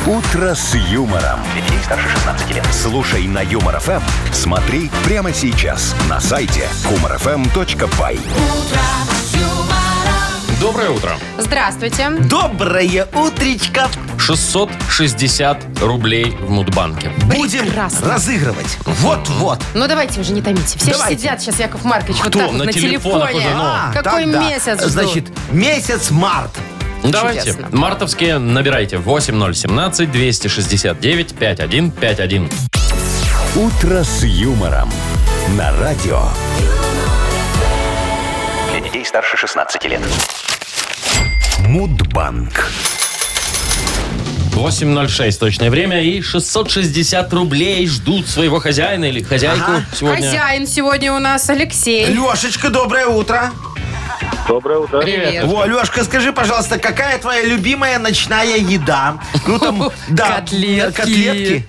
[SPEAKER 4] Утро с юмором. Для детей старше 16 лет. Слушай на юмор ФМ. Смотри прямо сейчас на сайте эм humorfm.by.
[SPEAKER 3] Доброе утро.
[SPEAKER 1] Здравствуйте.
[SPEAKER 2] Ну, Доброе утречко.
[SPEAKER 3] 660 рублей в Мудбанке.
[SPEAKER 2] Будем
[SPEAKER 1] Прекрасно.
[SPEAKER 2] разыгрывать. Вот-вот.
[SPEAKER 1] Ну давайте уже не томите. Все же
[SPEAKER 2] Давайте.
[SPEAKER 1] сидят сейчас, Яков Маркович, вот
[SPEAKER 3] Кто?
[SPEAKER 1] так вот
[SPEAKER 3] На
[SPEAKER 1] на,
[SPEAKER 3] телефонах
[SPEAKER 1] телефоне.
[SPEAKER 3] уже, ну.
[SPEAKER 2] А,
[SPEAKER 1] Какой
[SPEAKER 2] так да.
[SPEAKER 1] месяц ждут?
[SPEAKER 2] Значит, месяц март.
[SPEAKER 3] Давайте.
[SPEAKER 1] Чудесно.
[SPEAKER 3] Мартовские набирайте 8017 269 5151.
[SPEAKER 4] Утро с юмором. На радио.
[SPEAKER 5] Для детей старше 16 лет.
[SPEAKER 4] Мудбанк.
[SPEAKER 3] 8.06 точное время и 660 рублей ждут своего хозяина или хозяйку сегодня.
[SPEAKER 1] Хозяин сегодня у нас Алексей.
[SPEAKER 2] Лешечка, доброе утро.
[SPEAKER 6] Доброе утро.
[SPEAKER 3] Привет.
[SPEAKER 2] Во, Лешка, скажи, пожалуйста, какая твоя любимая ночная еда? Ну, там, да.
[SPEAKER 1] Котлетки.
[SPEAKER 2] Котлетки.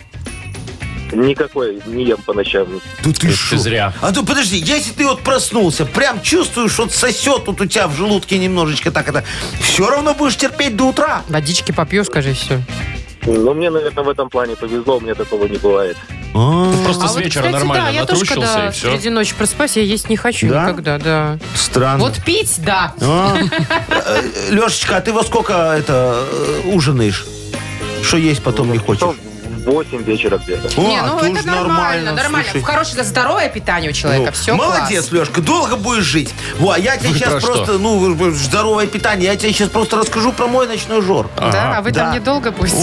[SPEAKER 6] Никакой не ем по ночам.
[SPEAKER 2] Ну ты
[SPEAKER 3] Это ты
[SPEAKER 2] шо?
[SPEAKER 3] зря.
[SPEAKER 2] А то подожди, если ты вот проснулся, прям чувствуешь, вот сосет тут у тебя в желудке немножечко так это, все равно будешь терпеть до утра.
[SPEAKER 1] Водички попью, скажи все.
[SPEAKER 6] Но мне, наверное, в этом плане повезло, у меня такого не бывает.
[SPEAKER 3] Просто с вечера нормально
[SPEAKER 1] А да, я тоже
[SPEAKER 3] натрущился
[SPEAKER 1] когда
[SPEAKER 3] и все.
[SPEAKER 1] среди ночи проспать, я есть не хочу
[SPEAKER 2] Да? ну.
[SPEAKER 1] никогда, да.
[SPEAKER 2] Странно.
[SPEAKER 1] Вот пить, да.
[SPEAKER 3] А?
[SPEAKER 2] Лешечка, а ты во сколько это э, ужинаешь? Что есть потом не хочешь?
[SPEAKER 6] Что, в 8 вечера где-то.
[SPEAKER 2] О,
[SPEAKER 1] не, ну
[SPEAKER 2] ты
[SPEAKER 1] это
[SPEAKER 2] уж
[SPEAKER 1] нормально, нормально.
[SPEAKER 2] слушай.
[SPEAKER 1] Хорошее, здоровое питание у человека,
[SPEAKER 2] Ну,
[SPEAKER 1] все
[SPEAKER 2] молодец, Лешка, долго будешь жить. Во, а я тебе
[SPEAKER 3] Про
[SPEAKER 2] сейчас
[SPEAKER 3] что?
[SPEAKER 2] просто, ну, здоровое питание, я тебе сейчас просто расскажу про мой ночной жор.
[SPEAKER 1] Да, а вы там
[SPEAKER 2] да.
[SPEAKER 1] недолго будете.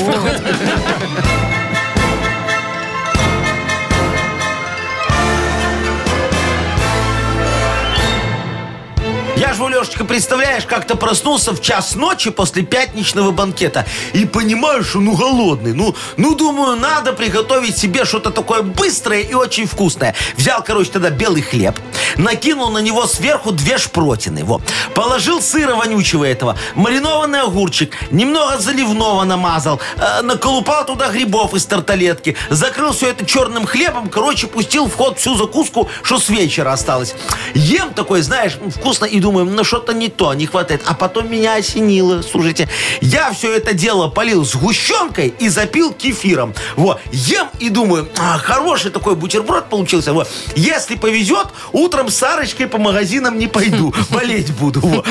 [SPEAKER 2] Я же, Лешечка, представляешь, как-то проснулся в час ночи после пятничного банкета. И понимаю, что ну голодный. Ну, ну думаю, надо приготовить себе что-то такое быстрое и очень вкусное. Взял, короче, тогда белый хлеб, накинул на него сверху две шпротины. Вот. Положил сыра вонючего этого, маринованный огурчик, немного заливного намазал, э, наколупал туда грибов из тарталетки, закрыл все это черным хлебом, короче, пустил в ход всю закуску, что с вечера осталось. Ем такой, знаешь, вкусно и думаю, ну что-то не то, не хватает. А потом меня осенило, слушайте. Я все это дело полил сгущенкой и запил кефиром. Вот, ем и думаю, «А, хороший такой бутерброд получился. Вот. Если повезет, утром с Сарочкой по магазинам не пойду, болеть буду. Во.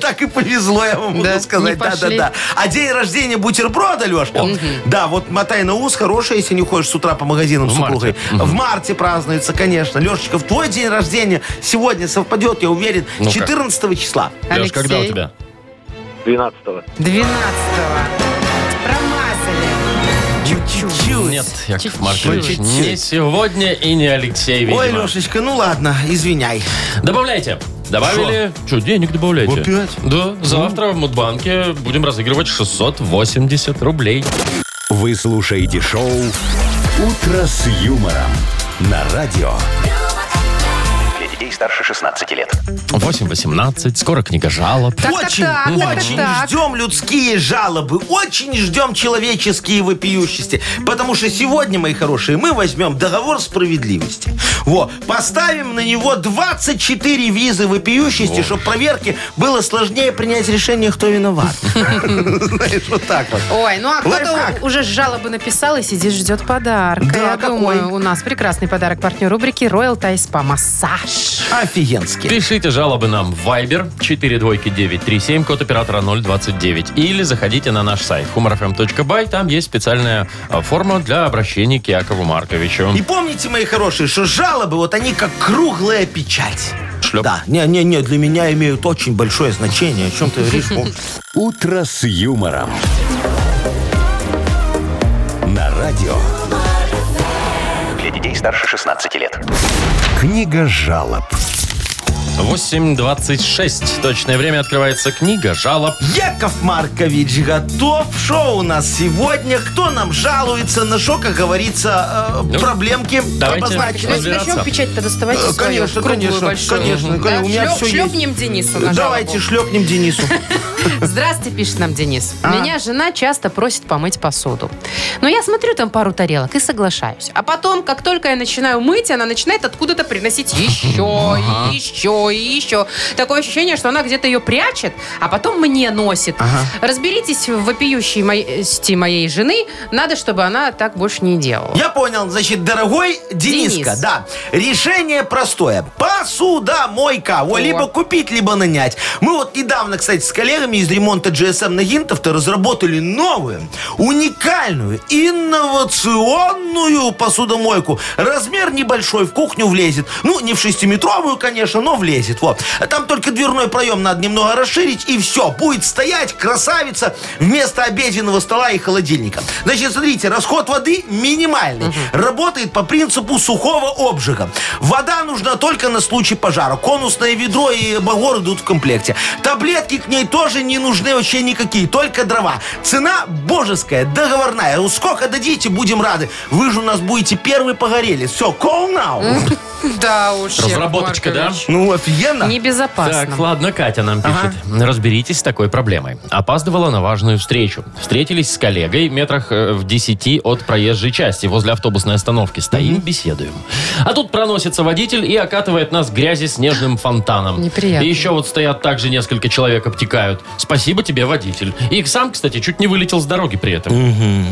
[SPEAKER 2] Так и повезло, я
[SPEAKER 1] Да,
[SPEAKER 2] вам могу
[SPEAKER 1] не
[SPEAKER 2] сказать. Да, да,
[SPEAKER 1] пошли.
[SPEAKER 2] да. А день рождения бутерброда, Лешка, да, вот мотай на ус, хорошая, если не ходишь с утра по магазинам с
[SPEAKER 3] марте.
[SPEAKER 2] супругой. В марте празднуется, конечно. Лешечка, в твой день рождения сегодня совпадет, я уверен,
[SPEAKER 3] Ну-ка.
[SPEAKER 2] 14 числа.
[SPEAKER 3] Леш, когда у
[SPEAKER 1] Алексей?
[SPEAKER 3] тебя?
[SPEAKER 6] 12-го.
[SPEAKER 1] 12-го. Промазали.
[SPEAKER 2] Чуть-чуть.
[SPEAKER 3] Нет, Яков
[SPEAKER 1] Чуть-чуть.
[SPEAKER 3] Маркович, не сегодня и не Алексей, видимо.
[SPEAKER 2] Ой, Лешечка, ну ладно, извиняй.
[SPEAKER 3] Добавляйте Добавили? Что, денег добавляйте?
[SPEAKER 2] Опять?
[SPEAKER 3] Да, завтра в Мудбанке будем разыгрывать 680 рублей.
[SPEAKER 4] Вы слушаете шоу «Утро с юмором» на радио.
[SPEAKER 5] Для детей старше 16 лет.
[SPEAKER 3] 8.18, скоро книга жалоб.
[SPEAKER 1] Так, так,
[SPEAKER 2] очень,
[SPEAKER 1] так, так,
[SPEAKER 2] очень
[SPEAKER 1] так.
[SPEAKER 2] ждем людские жалобы, очень ждем человеческие вопиющести. Потому что сегодня, мои хорошие, мы возьмем договор справедливости. Во, поставим на него 24 визы вопиющести, чтобы проверки было сложнее принять решение, кто виноват. Знаешь, вот так вот.
[SPEAKER 1] Ой, ну а кто-то
[SPEAKER 2] Лайфхак.
[SPEAKER 1] уже жалобы написал и сидит, ждет подарка.
[SPEAKER 2] Да,
[SPEAKER 1] Я
[SPEAKER 2] какой?
[SPEAKER 1] думаю, у нас прекрасный подарок партнер рубрики Royal Thai Spa Массаж.
[SPEAKER 2] Офигенски.
[SPEAKER 3] Пишите жалобы нам в Viber 42937, код оператора 029. Или заходите на наш сайт humorfm.by. Там есть специальная а, форма для обращения к Якову Марковичу.
[SPEAKER 2] И помните, мои хорошие, что жалобы, вот они как круглая печать.
[SPEAKER 3] Шлеп.
[SPEAKER 2] Да, не-не-не, для меня имеют очень большое значение. О чем ты говоришь? Вов?
[SPEAKER 4] «Утро с юмором». На радио.
[SPEAKER 5] Для детей старше 16 лет.
[SPEAKER 4] Книга жалоб.
[SPEAKER 3] 8.26. Точное время открывается книга жалоб.
[SPEAKER 2] Яков Маркович готов. Шо у нас сегодня? Кто нам жалуется? На шо, как говорится, э,
[SPEAKER 3] Ну,
[SPEAKER 2] проблемки
[SPEAKER 3] давайте.
[SPEAKER 2] обозначены?
[SPEAKER 3] Давайте разбираться.
[SPEAKER 1] начнем печать-то доставать
[SPEAKER 2] Э,
[SPEAKER 1] свою,
[SPEAKER 2] конечно,
[SPEAKER 1] круглую,
[SPEAKER 2] конечно,
[SPEAKER 1] большую.
[SPEAKER 2] конечно,
[SPEAKER 1] Мгм.
[SPEAKER 2] конечно, у меня
[SPEAKER 1] Шлеп-
[SPEAKER 2] всё есть.
[SPEAKER 1] Шлепнем Денису на
[SPEAKER 2] Давайте
[SPEAKER 1] жалобу.
[SPEAKER 2] шлепнем Денису.
[SPEAKER 1] Здравствуйте, пишет нам Денис.
[SPEAKER 2] А.
[SPEAKER 1] Меня жена часто просит помыть посуду. Но я смотрю там пару тарелок и соглашаюсь. А потом, как только я начинаю мыть, она начинает откуда-то приносить еще, и еще, и еще. Такое ощущение, что она где-то ее прячет, а потом мне носит. Разберитесь в вопиющей моей- сти моей жены. Надо, чтобы она так больше не делала.
[SPEAKER 2] Я понял, значит, дорогой Дениска,
[SPEAKER 1] Денис.
[SPEAKER 2] да, решение простое. Посудомойка. Во,
[SPEAKER 1] О.
[SPEAKER 2] либо купить, либо нанять. Мы вот недавно, кстати, с коллегами из ремонта GSM Нагинтов-то разработали новую, уникальную, инновационную посудомойку. Размер небольшой, в кухню влезет. Ну, не в шестиметровую, конечно, но влезет. Вот. А Там только дверной проем надо немного расширить, и все. Будет стоять красавица вместо обеденного стола и холодильника. Значит, смотрите, расход воды минимальный. Работает по принципу сухого обжига. Вода нужна только на случай пожара. Конусное ведро и багор идут в комплекте. Таблетки к ней тоже не нужны вообще никакие, только дрова. Цена божеская, договорная. Ну, Сколько дадите, будем рады. Вы же у нас будете первый погорели. Все, call now.
[SPEAKER 1] Да уж. Яков
[SPEAKER 3] Разработочка, да?
[SPEAKER 1] Маркович.
[SPEAKER 2] Ну, офигенно.
[SPEAKER 1] Небезопасно.
[SPEAKER 3] Так, ладно, Катя нам пишет. Разберитесь с такой проблемой. Опаздывала на важную встречу. Встретились с коллегой метрах э, в 10 от проезжей части возле автобусной остановки. Стоим, беседуем. А тут проносится водитель и окатывает нас грязи снежным фонтаном.
[SPEAKER 1] Неприятно.
[SPEAKER 3] И еще вот стоят также несколько человек, обтекают. Спасибо тебе, водитель. И сам, кстати, чуть не вылетел с дороги при этом.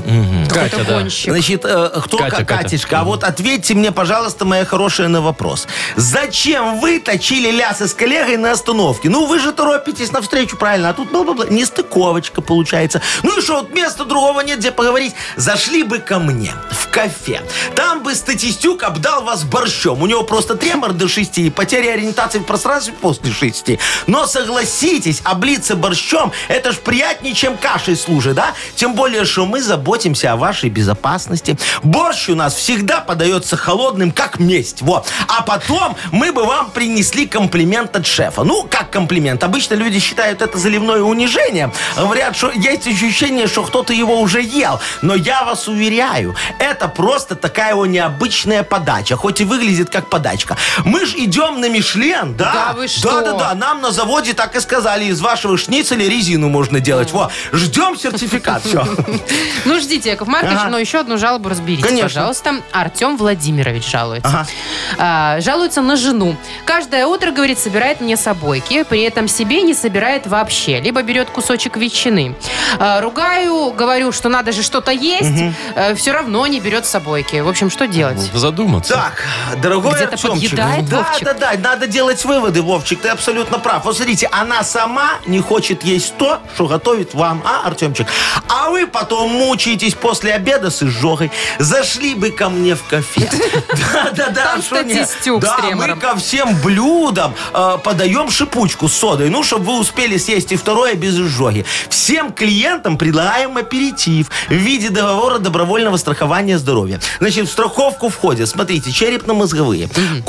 [SPEAKER 1] Какой-то
[SPEAKER 3] Катя, да.
[SPEAKER 1] гонщик.
[SPEAKER 2] Значит, э, кто
[SPEAKER 3] Катя,
[SPEAKER 2] Ка-
[SPEAKER 3] Катя.
[SPEAKER 2] Катюшка? А вот ответьте мне, пожалуйста, моя хорошая, на вопрос. Зачем вы точили лясы с коллегой на остановке? Ну, вы же торопитесь навстречу, правильно? А тут бла-бла-бла. Нестыковочка получается. Ну и что, вот места другого нет, где поговорить. Зашли бы ко мне в кафе. Там бы статистюк обдал вас борщом. У него просто тремор до шести и потеря ориентации в пространстве после шести. Но согласитесь, облиться борщом, это ж приятнее, чем кашей служит, да? Тем более, что мы заботимся о вашей безопасности. Борщ у нас всегда подается холодным, как месть. Вот. А потом мы бы вам принесли комплимент от шефа. Ну, как комплимент? Обычно люди считают это заливное унижение. Говорят, что есть ощущение, что кто-то его уже ел. Но я вас уверяю, это просто такая его необычная подача. Хоть и выглядит как подачка. Мы же идем на Мишлен, да?
[SPEAKER 1] Да вы что?
[SPEAKER 2] Да, да, да. А Нам на заводе так и сказали, из вашего шницеля резину можно делать. Во, ждем сертификат. Все.
[SPEAKER 1] Ну, ждите, Яков Маркович,
[SPEAKER 2] Ага.
[SPEAKER 1] но еще одну жалобу разберите,
[SPEAKER 2] Конечно.
[SPEAKER 1] пожалуйста. Артем Владимирович жалуется.
[SPEAKER 2] Ага.
[SPEAKER 1] А, жалуется на жену. Каждое утро, говорит, собирает мне собойки, при этом себе не собирает вообще, либо берет кусочек ветчины. А, ругаю, говорю, что надо же что-то есть, все равно не берет собойки. В общем, что делать?
[SPEAKER 3] Задуматься.
[SPEAKER 2] Так, дорогой
[SPEAKER 1] Где-то
[SPEAKER 2] Артемчик.
[SPEAKER 1] подъедает
[SPEAKER 2] да,
[SPEAKER 1] Вовчик?
[SPEAKER 2] да, да, надо делать выводы, Вовчик, ты абсолютно прав. Вот смотрите, она сама не хочет есть то, что готовит вам, а, Артемчик? А вы потом мучаетесь после обеда с изжогой. Зашли бы ко мне в кафе. Да, да, да.
[SPEAKER 1] Там
[SPEAKER 2] что нет?
[SPEAKER 1] статистюк с
[SPEAKER 2] Да, мы
[SPEAKER 1] тремором.
[SPEAKER 2] ко всем блюдам блюдам э, подаем шипучку с содой, ну, чтобы вы успели съесть и второе без изжоги. Всем клиентам предлагаем аперитив в виде договора добровольного страхования здоровья. Значит, в страховку входят, смотрите, черепно-мозговые,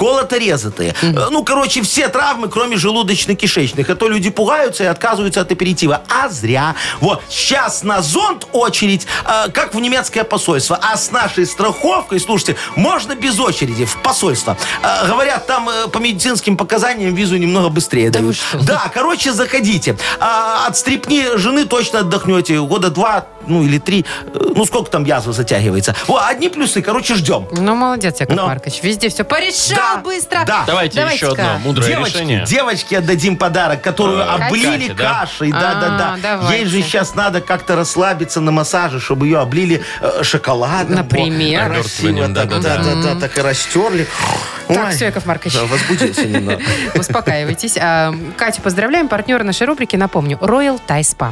[SPEAKER 2] колото-резатые, э, ну, короче, все травмы, кроме желудочно-кишечных. А то люди пугаются и отказываются от аперитива. А зря. Вот, сейчас на зонт очередь, э, как в немецкое посольство. А с нашей страховкой, слушайте, можно без очереди в посольство. Э, говорят, там э, по медицинским показаниям визу немного быстрее
[SPEAKER 1] Да вы
[SPEAKER 2] дают.
[SPEAKER 1] что?
[SPEAKER 2] Да, короче, заходите. А, от стрипни жены точно отдохнете. Года два, ну или три. э, Ну, сколько там язва затягивается. Во, одни плюсы, короче, ждем.
[SPEAKER 1] Ну, молодец, Яков
[SPEAKER 2] Но.
[SPEAKER 1] Маркович. Везде все порешал
[SPEAKER 2] Да,
[SPEAKER 1] быстро.
[SPEAKER 2] да.
[SPEAKER 3] Давайте еще
[SPEAKER 1] Давайте-ка.
[SPEAKER 3] одно мудрое решение.
[SPEAKER 2] девочке отдадим подарок, которую
[SPEAKER 3] А,
[SPEAKER 2] облили
[SPEAKER 3] Кате, да?
[SPEAKER 2] кашей. Да,
[SPEAKER 1] А,
[SPEAKER 2] да, да.
[SPEAKER 1] давайте.
[SPEAKER 2] Ей же сейчас надо как-то расслабиться на массаже, чтобы ее облили э, шоколадом.
[SPEAKER 1] Например.
[SPEAKER 3] А
[SPEAKER 2] Во, Красиво,
[SPEAKER 3] Обертыванием,
[SPEAKER 2] так, да,
[SPEAKER 3] да-да-да.
[SPEAKER 2] да, да, так и растерли.
[SPEAKER 1] Так,
[SPEAKER 2] Ой,
[SPEAKER 1] все, Яков Маркович.
[SPEAKER 2] да, возбудился немного.
[SPEAKER 1] Успокаивайтесь. А, Катю поздравляем, партнера нашей рубрики, напомню, Royal Thai Spa.